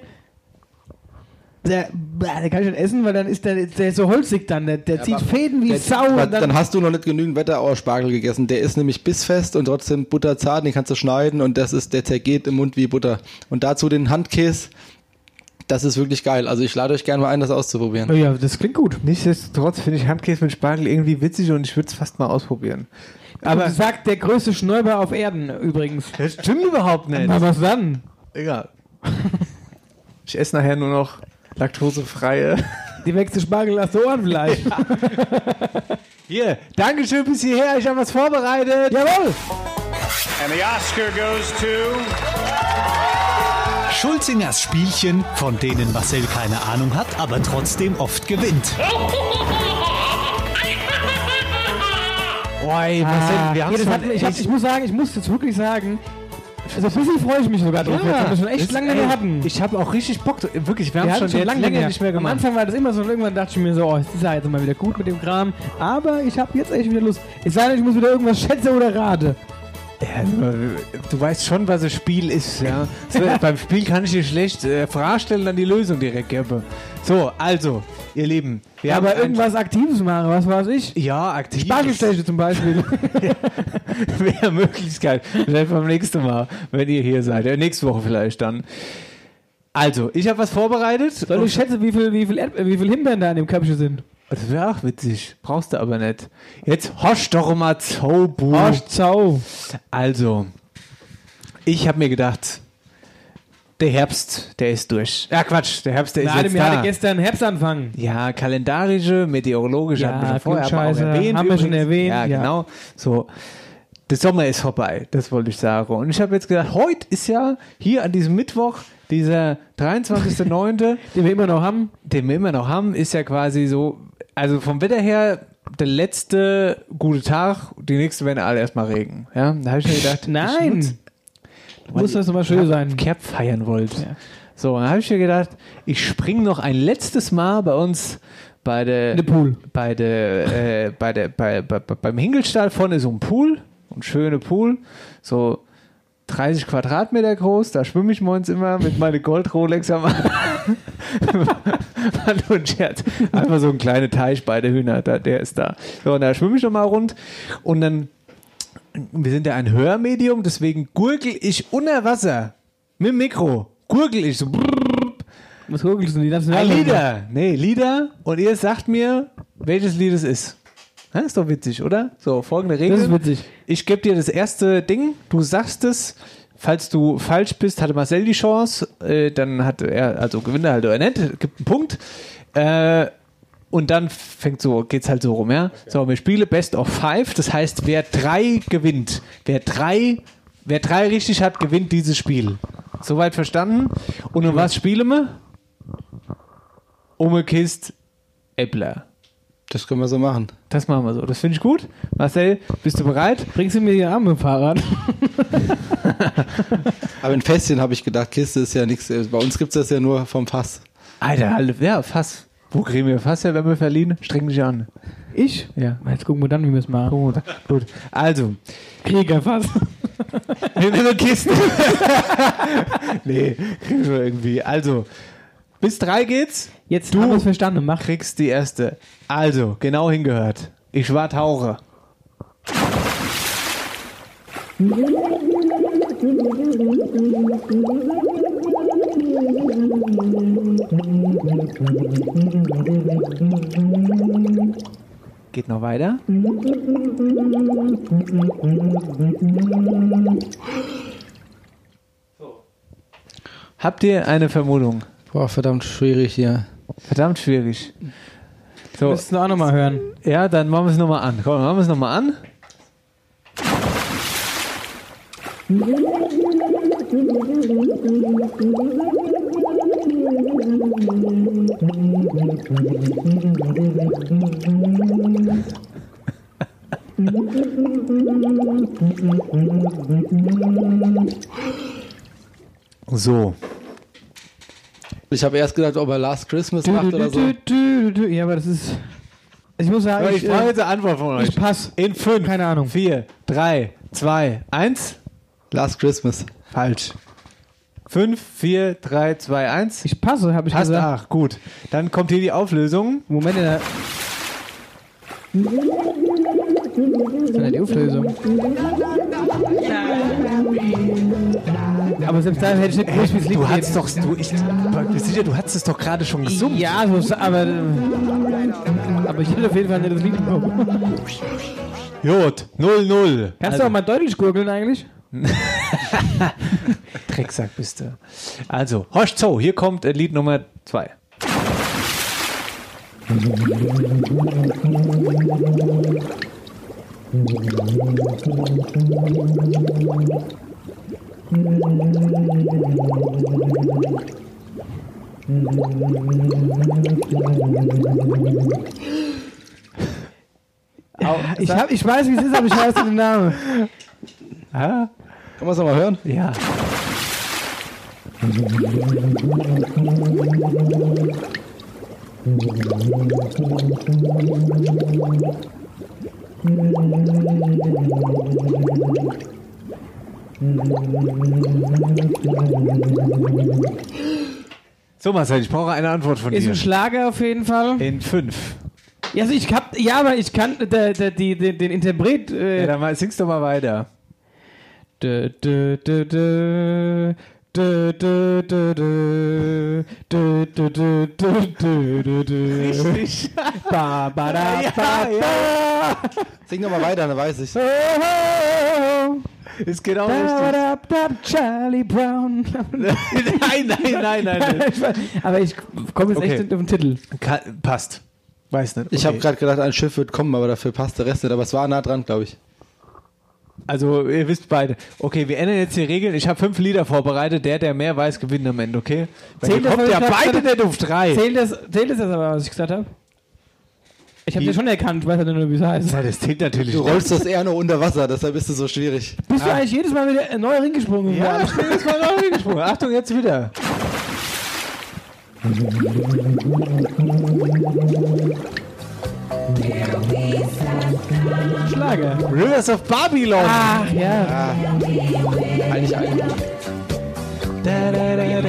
S3: der, bäh, der kann nicht essen, weil dann ist der, der ist so holzig dann. Der, der zieht
S10: aber-
S3: Fäden wie
S10: der-
S3: Sau.
S10: aber
S3: und
S10: Dann, hast du noch nicht genügend Wetterauerspargel gegessen. Der ist nämlich bissfest und trotzdem butterzart. Den kannst du schneiden und das ist, der zergeht im Mund wie Butter. Und dazu den Handkäse. Das ist wirklich geil. Also ich lade euch gerne mal ein, das auszuprobieren.
S3: Oh Ja, das klingt gut.
S4: Nichtsdestotrotz finde ich Handkäse mit Spargel irgendwie witzig und ich würde es fast mal ausprobieren.
S3: aber sagt der größte Schnäuber auf Erden übrigens.
S4: Das stimmt überhaupt nicht.
S3: Na, was dann?
S4: Egal. Ich esse nachher nur noch laktosefreie.
S3: Die wächste Spargel aus Ohrenfleisch.
S4: Hier, Dankeschön bis hierher. Ich habe was vorbereitet.
S3: Jawohl!
S13: And the Oscar goes to.
S11: Schulzingers Spielchen, von denen Marcel keine Ahnung hat, aber trotzdem oft gewinnt.
S4: Oi,
S11: Marcel, wir haben's
S3: das
S11: schon
S3: hat, mich- ich, hab,
S11: echt-
S3: ich muss sagen, ich muss jetzt wirklich sagen, so ein bisschen freue ich mich sogar drauf. jetzt, weil wir schon echt
S4: das-
S3: lange nicht
S4: ey,
S3: hatten.
S4: Ich habe auch richtig Bock. Wirklich, wir,
S3: Wir
S4: haben
S3: hatten
S4: schon, jetzt
S3: lange
S4: länger nicht mehr
S3: Am
S4: gemacht.
S3: Anfang war das immer so und irgendwann dachte ich mir so, oh, es ist ja jetzt mal wieder gut mit dem Kram. Aber ich habe jetzt echt wieder Lust. Es sei denn, ich muss wieder irgendwas schätze oder rate.
S4: Du weißt schon, was ein Spiel ist, ja. So, beim Spiel kann ich dir schlecht äh, vorstellen, dann die Lösung direkt geben. So, also, ihr Lieben. Wir
S3: Ja,
S4: haben
S3: aber
S4: ein-
S3: irgendwas Aktives machen, was weiß ich?
S4: Ja, aktiv.
S3: Spargelsteche zum Beispiel.
S4: Wäre Möglichkeit. Vielleicht beim nächsten Mal, wenn ihr hier seid. Ja, nächste Woche vielleicht dann. Also, ich habe was vorbereitet.
S3: Soll ich schätze, wie viel, wie viel, Erd- äh, wie viel Himbeeren da in dem Köpfchen sind?
S4: Das wäre auch witzig. Brauchst du aber nicht. Jetzt hosch doch mal zau, Bu.
S3: Hosch zau.
S4: Also, ich habe mir gedacht, der Herbst, der ist durch. Ja, Quatsch, der Herbst, der ist
S3: Na,
S4: jetzt
S3: wir
S4: da.
S3: hatten gestern Herbstanfang.
S4: Ja, kalendarische, meteorologische
S3: Ja,
S4: hatten wir schon vorher aber
S3: Klugscheiße,
S4: auch erwähnt.
S3: haben wir schon erwähnt,
S4: Ja,
S3: ja.
S4: genau. So, der Sommer ist vorbei, das wollte ich sagen. Und ich habe jetzt gedacht, heute ist ja hier an diesem Mittwoch, dieser 23.09.,
S3: den wir immer noch haben,
S4: den wir immer noch haben, ist ja quasi so, also vom Wetter her der letzte gute Tag, die nächste werden alle erstmal Regen. Ja, da habe ich mir gedacht,
S3: Nein.
S4: ich nutz-
S3: Muss das nochmal schön sein.
S4: Cap feiern wollt. So, dann habe ich mir gedacht, ich springe noch ein letztes Mal bei uns bei der
S3: In den Pool.
S4: bei der äh, bei der bei, bei, bei, beim Hingelstall vorne ist so ein Pool, ein schöner Pool, so 30 Quadratmeter groß, da schwimme ich morgens immer mit meiner Gold Rolex am Arm. War nur ein Scherz. Einfach so ein kleiner Teich bei der Hühner, da, der ist da. So, und da schwimme ich nochmal rund und dann wir sind ja ein Hörmedium, deswegen gurgel ich unter Wasser mit dem Mikro. Gurgel ich so. brrrr,
S3: Was gurgelst du? Die
S4: Ein
S3: Nationalhymne?
S4: Lieder. Nee, Lieder. Und ihr sagt mir, welches Lied es ist. Ja, Ne, ist doch witzig, oder? So, folgende Regel.
S3: Das ist witzig.
S4: Ich gebe dir das erste Ding. Du sagst es. Falls du falsch bist, hatte Marcel die Chance. Äh, dann hat er, also gewinnt er halt oder nicht. Gibt einen Punkt. Äh, und dann fängt so, geht's halt so rum, ja. So, wir spielen Best of Five, das heißt, wer drei gewinnt, wer drei, wer drei richtig hat, gewinnt dieses Spiel. Soweit verstanden? Und um was spielen wir? Um eine Kist Äppler.
S10: Das können wir so machen.
S4: Das machen wir so. Das finde ich gut. Marcel, bist du bereit?
S3: Bringst du mir die Arme im Fahrrad?
S10: Aber in Festchen habe ich gedacht, Kiste ist ja nichts. Bei uns gibt es das ja nur vom Fass.
S4: Alter, Alter, ja, Fass. Wo kriegen wir Fass her, wenn wir verliehen? Streng dich an.
S3: Ich?
S4: Ja.
S3: Jetzt gucken wir dann, wie wir es machen.
S4: Gut, gut. Also,
S3: Krieger fast.
S4: wir nehmen eine Kiste. nee, kriegen wir irgendwie. Also, bis drei geht's.
S3: Jetzt du haben wir's verstanden. Mach.
S4: kriegst die erste. Also, genau hingehört. Ich war Taucher. Geht noch weiter. Habt ihr eine Vermutung?
S10: Boah, verdammt schwierig hier.
S4: Verdammt schwierig. So,
S3: Müssten wir auch nochmal hören.
S4: ja, dann machen wir es nochmal an. Komm, machen wir es nochmal an. So.
S10: Ich habe erst gedacht, ob er Last Christmas
S3: Du,
S10: macht
S3: du,
S10: oder
S3: du,
S10: so.
S3: du, du, du. Ja, aber das ist. Ich muss sagen,
S4: Ich,
S3: ich,
S4: ich brauche
S3: äh,
S4: jetzt eine Antwort von euch.
S3: ich pass.
S4: In 5,
S3: Keine Ahnung.
S4: 4, 3, 2, 1.
S10: Last Christmas.
S4: Falsch. 5, 4, 3, 2, 1.
S3: Ich passe, habe ich
S4: Passt,
S3: gesagt.
S4: Ach, gut. Dann kommt hier die Auflösung.
S3: Moment, äh. der.
S4: Das
S3: die Auflösung. Aber selbst da hätte ich nicht gewusst, wie es liegt.
S4: Du hattest doch, du, ich, bist sicher, du hattest es doch gerade schon gesungen.
S3: Ja, so, aber. äh, Aber ich hätte auf jeden Fall nicht das Lied bekommen.
S4: Jod, 0-0.
S3: Kannst du auch mal deutlich gurgeln eigentlich?
S4: Drecksack bist du. Also, horch so, hier kommt äh, Lied Nummer 2.
S3: Ich, hab, ich weiß, wie es ist, aber ich weiß nicht den Namen.
S4: Kann
S10: man es nochmal hören?
S4: Ja. So, Marcel, ich brauche eine Antwort von
S3: Ist
S4: dir.
S3: ein Schlager auf jeden Fall.
S4: In 5.
S3: Ja, also ich hab, ja, aber ich kann der, der, die, den, den Interpret. Äh,
S4: Ja, dann mal, singst du mal weiter.
S3: Dö, dö, dö, dö. Dö, dö, dö, dö. Dö, dö, dö, dö, dö, dö, dö.
S4: Richtig.
S3: Ba, ba, da, Oh, ba, da.
S10: Sing nochmal weiter, dann weiß ich.
S4: Es geht auch
S3: Da,
S4: richtig.
S3: oh, da, da, Charlie Brown.
S4: nein, nein, nein, nein.
S3: Ich weiß- aber ich komme jetzt
S4: Okay.
S3: echt nicht auf den Titel.
S4: Ka- passt. Weiß nicht.
S10: Ich
S4: Okay.
S10: habe gerade gedacht, ein Schiff wird kommen, aber dafür passt der Rest nicht. Aber es war nah dran, glaube ich.
S4: Also, ihr wisst beide. Okay, wir ändern jetzt die Regeln. Ich habe fünf Lieder vorbereitet. Der, der mehr weiß, gewinnt am Ende, okay? Weil ihr
S3: das,
S4: kommt
S3: was
S4: ja
S3: ich grad
S4: beide
S3: gesagt
S4: nicht auf drei.
S3: Zählt das, zählt das jetzt aber, was ich gesagt habe? Ich habe
S4: Wie?
S3: den schon erkannt, ich weiß ja nur, wie es heißt.
S4: Ja, das zählt natürlich
S10: Du
S4: nicht.
S10: rollst das eher nur unter Wasser, deshalb ist es so schwierig.
S3: Bist du eigentlich jedes Mal wieder neu reingesprungen?
S4: Ja,
S3: worden?
S4: ich bin jetzt mal neu hingesprungen. Achtung, jetzt wieder.
S3: Schlager.
S4: Rivers of Babylon. Ah.
S3: Ach ja.
S10: Eigentlich ein.
S4: Da, da, da,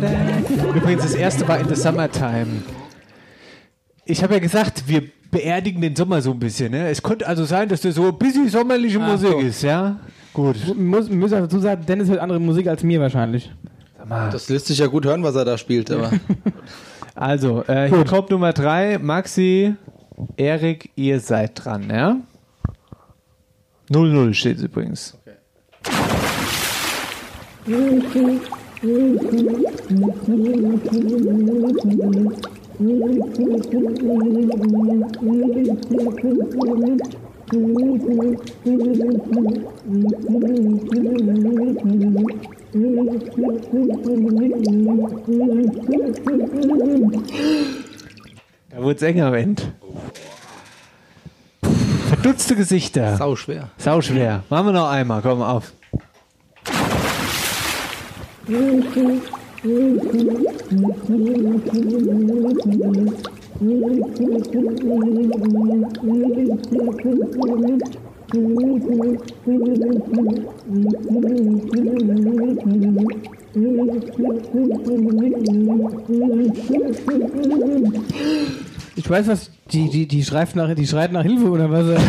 S4: da, da. Übrigens, das erste war in the summertime. Ich habe ja gesagt, wir beerdigen den Sommer so ein bisschen. Ne? Es könnte also sein, dass das so ein bisschen sommerliche
S3: Ach
S4: Musik
S3: so.
S4: ist, ja? Gut.
S3: Muss, muss ich dazu sagen, Dennis hört andere Musik als mir wahrscheinlich.
S10: Das lässt sich ja gut hören, was er da spielt, aber.
S4: Also, äh, hier kommt Nummer drei. Maxi, Erik, ihr seid dran, ja? 0-0 steht übrigens. Da wurde es eng am Ende. Verdutzte Gesichter.
S10: Sau schwer.
S4: Sau schwer. Machen wir noch einmal. Komm auf.
S3: Ich weiß was, die, die, die, schreibt, nach, die schreit nach Hilfe oder was?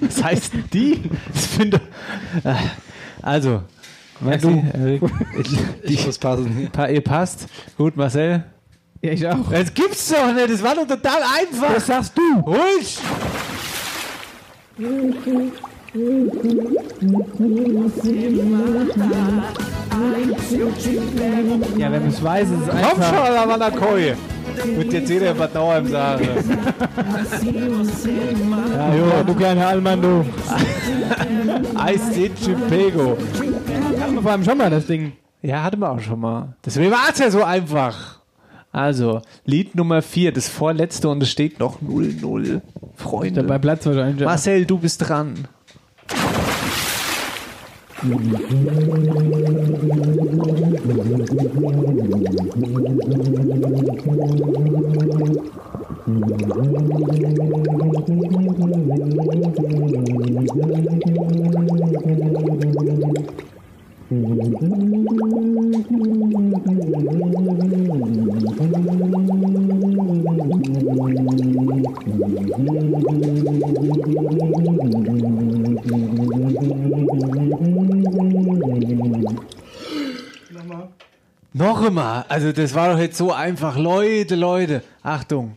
S4: Das heißt, die. Das finde. Äh, Also, Maxi, Erik,
S10: Ich muss passen.
S4: pa- ihr passt. Gut, Marcel.
S3: ja, ich auch.
S4: Das gibt's doch nicht. Das war doch total einfach.
S3: Was sagst du?
S4: Ruhig.
S3: Ja, wenn es weiß, ist es
S4: Komm schon,
S3: einfach.
S4: Lavanakoi. Wird jetzt jeder in Bad Nauheim sagen.
S3: Ja, jo, du kleiner Allmann, du.
S4: Eis de Chipego.
S3: Hatten wir vor allem schon mal das Ding.
S4: Ja, hatten wir auch schon mal. Deswegen war es ja so einfach. Also, Lied Nummer 4, das vorletzte und es steht noch 0-0. Freunde.
S3: Dabei Platz wahrscheinlich. ja.
S4: Marcel, du bist dran. Noch immer. Also das war doch jetzt so einfach. Leute, Leute. Achtung.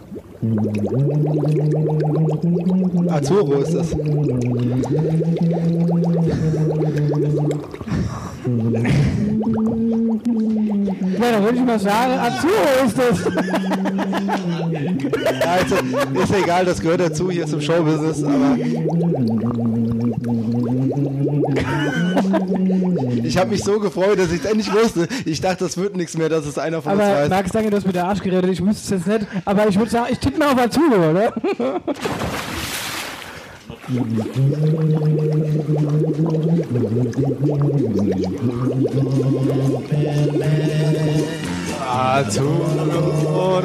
S10: Azuro ist das.
S3: Ja, da würde ich mal sagen, Azuro ist das.
S10: Ja, also, ist egal, das gehört dazu hier zum Showbusiness, aber. Ich habe mich so gefreut, dass ich es endlich wusste. Ich dachte, das wird nichts mehr, dass es einer von
S3: aber
S10: uns weiß.
S3: Max, danke, du hast mit der Arsch geredet. Ich wüsste es jetzt nicht. Aber ich würde sagen, ich tippe mal auf Azuro, oder?
S4: Azuro.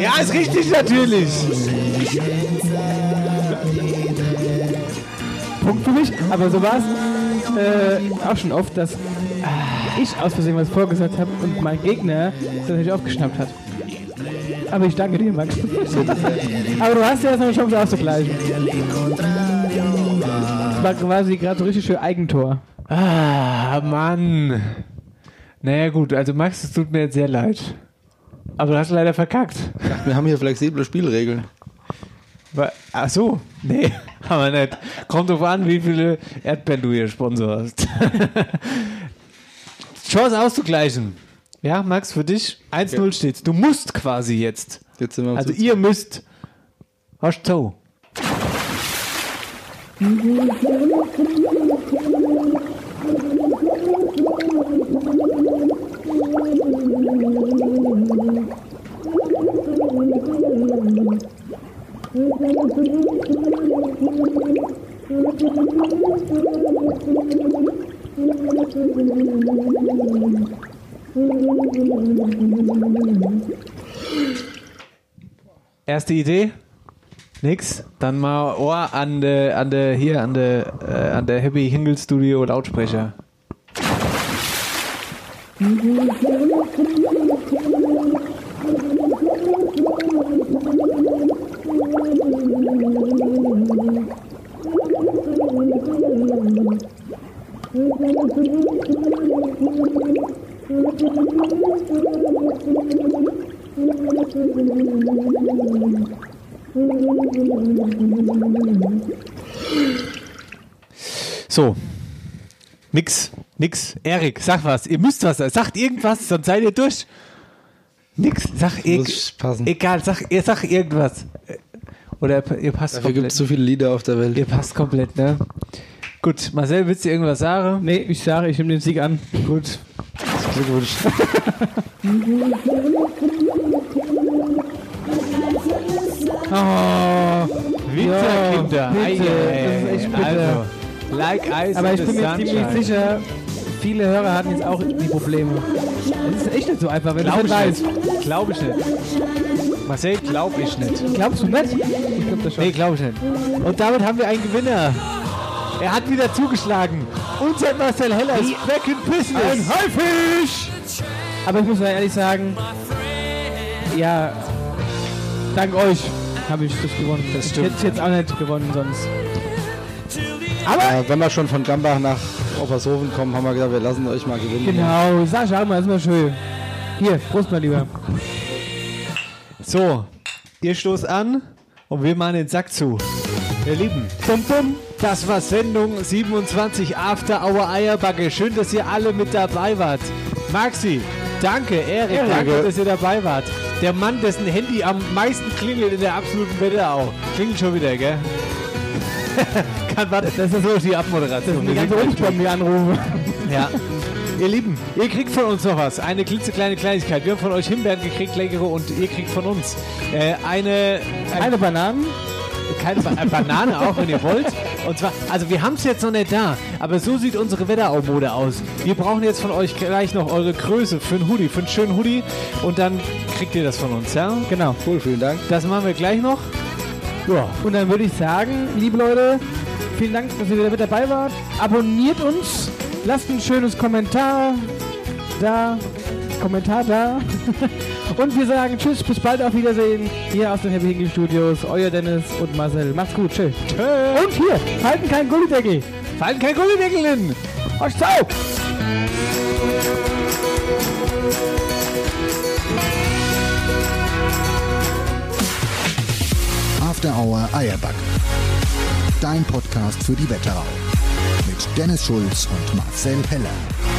S4: Ja, ist richtig natürlich.
S3: Punkt für mich. Aber so war es äh, auch schon oft, dass äh, ich aus Versehen was vorgesagt habe und mein Gegner das natürlich aufgeschnappt hat. Aber ich danke dir, Max. Aber du hast ja jetzt noch eine Chance auszugleichen. Das war quasi gerade so richtig schön Eigentor.
S4: Ah, Mann. Naja, gut. Also, Max, es tut mir jetzt sehr leid. Aber du hast leider verkackt.
S10: Wir haben hier flexible Spielregeln.
S4: Wa- Ach so. Nee, aber nicht. Kommt drauf an, wie viele Erdbeeren du hier sponsorst. Chance auszugleichen. Ja, Max, für dich 1-0 steht's. Du musst quasi jetzt.
S10: Jetzt sind wir am
S4: Also
S10: Zug.
S4: ihr müsst. Hast du. Erste Idee? Nix. Dann mal Ohr an der an der hier an der äh, an der Happy Hingle Studio Lautsprecher. So. Nix, nix. Erik, sag was. Ihr müsst was. Sagt irgendwas, sonst seid ihr durch. Nix. Sag
S10: Muss
S4: irgendwas.
S10: passen.
S4: Egal, sag, ihr sag irgendwas. Oder ihr passt
S10: Dafür gibt es so viele Lieder auf der Welt.
S4: Ihr passt komplett, ne? Gut, Marcel, willst du irgendwas sagen?
S3: Nee, ich sage, ich nehme den Sieg an.
S4: Gut.
S10: Glückwunsch.
S4: Oh, Winterkinder.
S3: Ja,
S4: Ei,
S3: bitte.
S4: ei, ei.
S3: Das ist echt bitter.
S4: Also, like Ice
S3: Aber
S4: in
S3: ich
S4: the
S3: bin mir
S4: sunshine.
S3: ziemlich sicher, viele Hörer hatten jetzt auch die Probleme. Es ist echt nicht so einfach, wenn
S4: Glaub
S3: du
S4: ich
S3: weißt.
S4: nicht. Glaub ich nicht. Marcel, glaub ich nicht.
S3: Glaubst du nicht? Ich glaube das schon.
S4: Nee, glaub ich nicht. Und damit haben wir einen Gewinner. Er hat wieder zugeschlagen. Unser Marcel Heller ist back in business.
S3: Ein
S4: Haifisch!
S3: Aber ich muss mal ehrlich sagen, ja, dank euch habe ich das gewonnen. Das
S4: stimmt.
S3: Ich hätte es jetzt auch nicht gewonnen sonst.
S10: Äh, wenn wir schon von Gambach nach Oppershofen kommen, haben wir gesagt, wir lassen euch mal gewinnen.
S3: Genau, Sascha, mal, ist mal schön. Hier, Prost mal lieber.
S4: So, ihr stoßt an und wir machen den Sack zu. Ihr Lieben,
S3: Bum, bum.
S4: das war Sendung 27 After Hour Eierbacke. Schön, dass ihr alle mit dabei wart. Maxi, danke. Erik,
S10: Ja,
S4: danke,
S10: danke.
S4: dass ihr dabei wart. Der Mann, dessen Handy am meisten klingelt in der absoluten Wetterau. Klingelt schon wieder, gell? Kann man, das ist so die Abmoderation.
S3: Die ganze
S4: Wir sind-
S3: Rundspur mir anrufen.
S4: ja. Ihr Lieben, ihr kriegt von uns noch was. Eine klitzekleine Kleinigkeit. Wir haben von euch Himbeeren gekriegt, leckere, und ihr kriegt von uns äh, eine, ein-
S3: Eine Banane.
S4: keine ba äh, Banane, auch wenn ihr wollt. Und zwar, also wir haben es jetzt noch nicht da, aber so sieht unsere Wetteraumode aus. Wir brauchen jetzt von euch gleich noch eure Größe für einen Hoodie, für einen schönen Hoodie. Und dann kriegt ihr das von uns, ja?
S3: Genau.
S14: Cool, vielen Dank.
S4: Das machen wir gleich noch.
S3: Ja. Und dann würde ich sagen, liebe Leute, vielen Dank, dass ihr wieder mit dabei wart. Abonniert uns, lasst ein schönes Kommentar da, Kommentar da. Und wir sagen Tschüss, bis bald, auf Wiedersehen. Hier aus den Happy Hinkel Studios, euer Dennis und Marcel. Macht's gut, tschö. Und hier, falten keinen Gullideckel.
S4: Falten keinen Gullideckel hin.
S3: Euch ciao.
S15: After Hour Eierbacke. Dein Podcast für die Wetterau. Mit Dennis Schulz und Marcel Heller.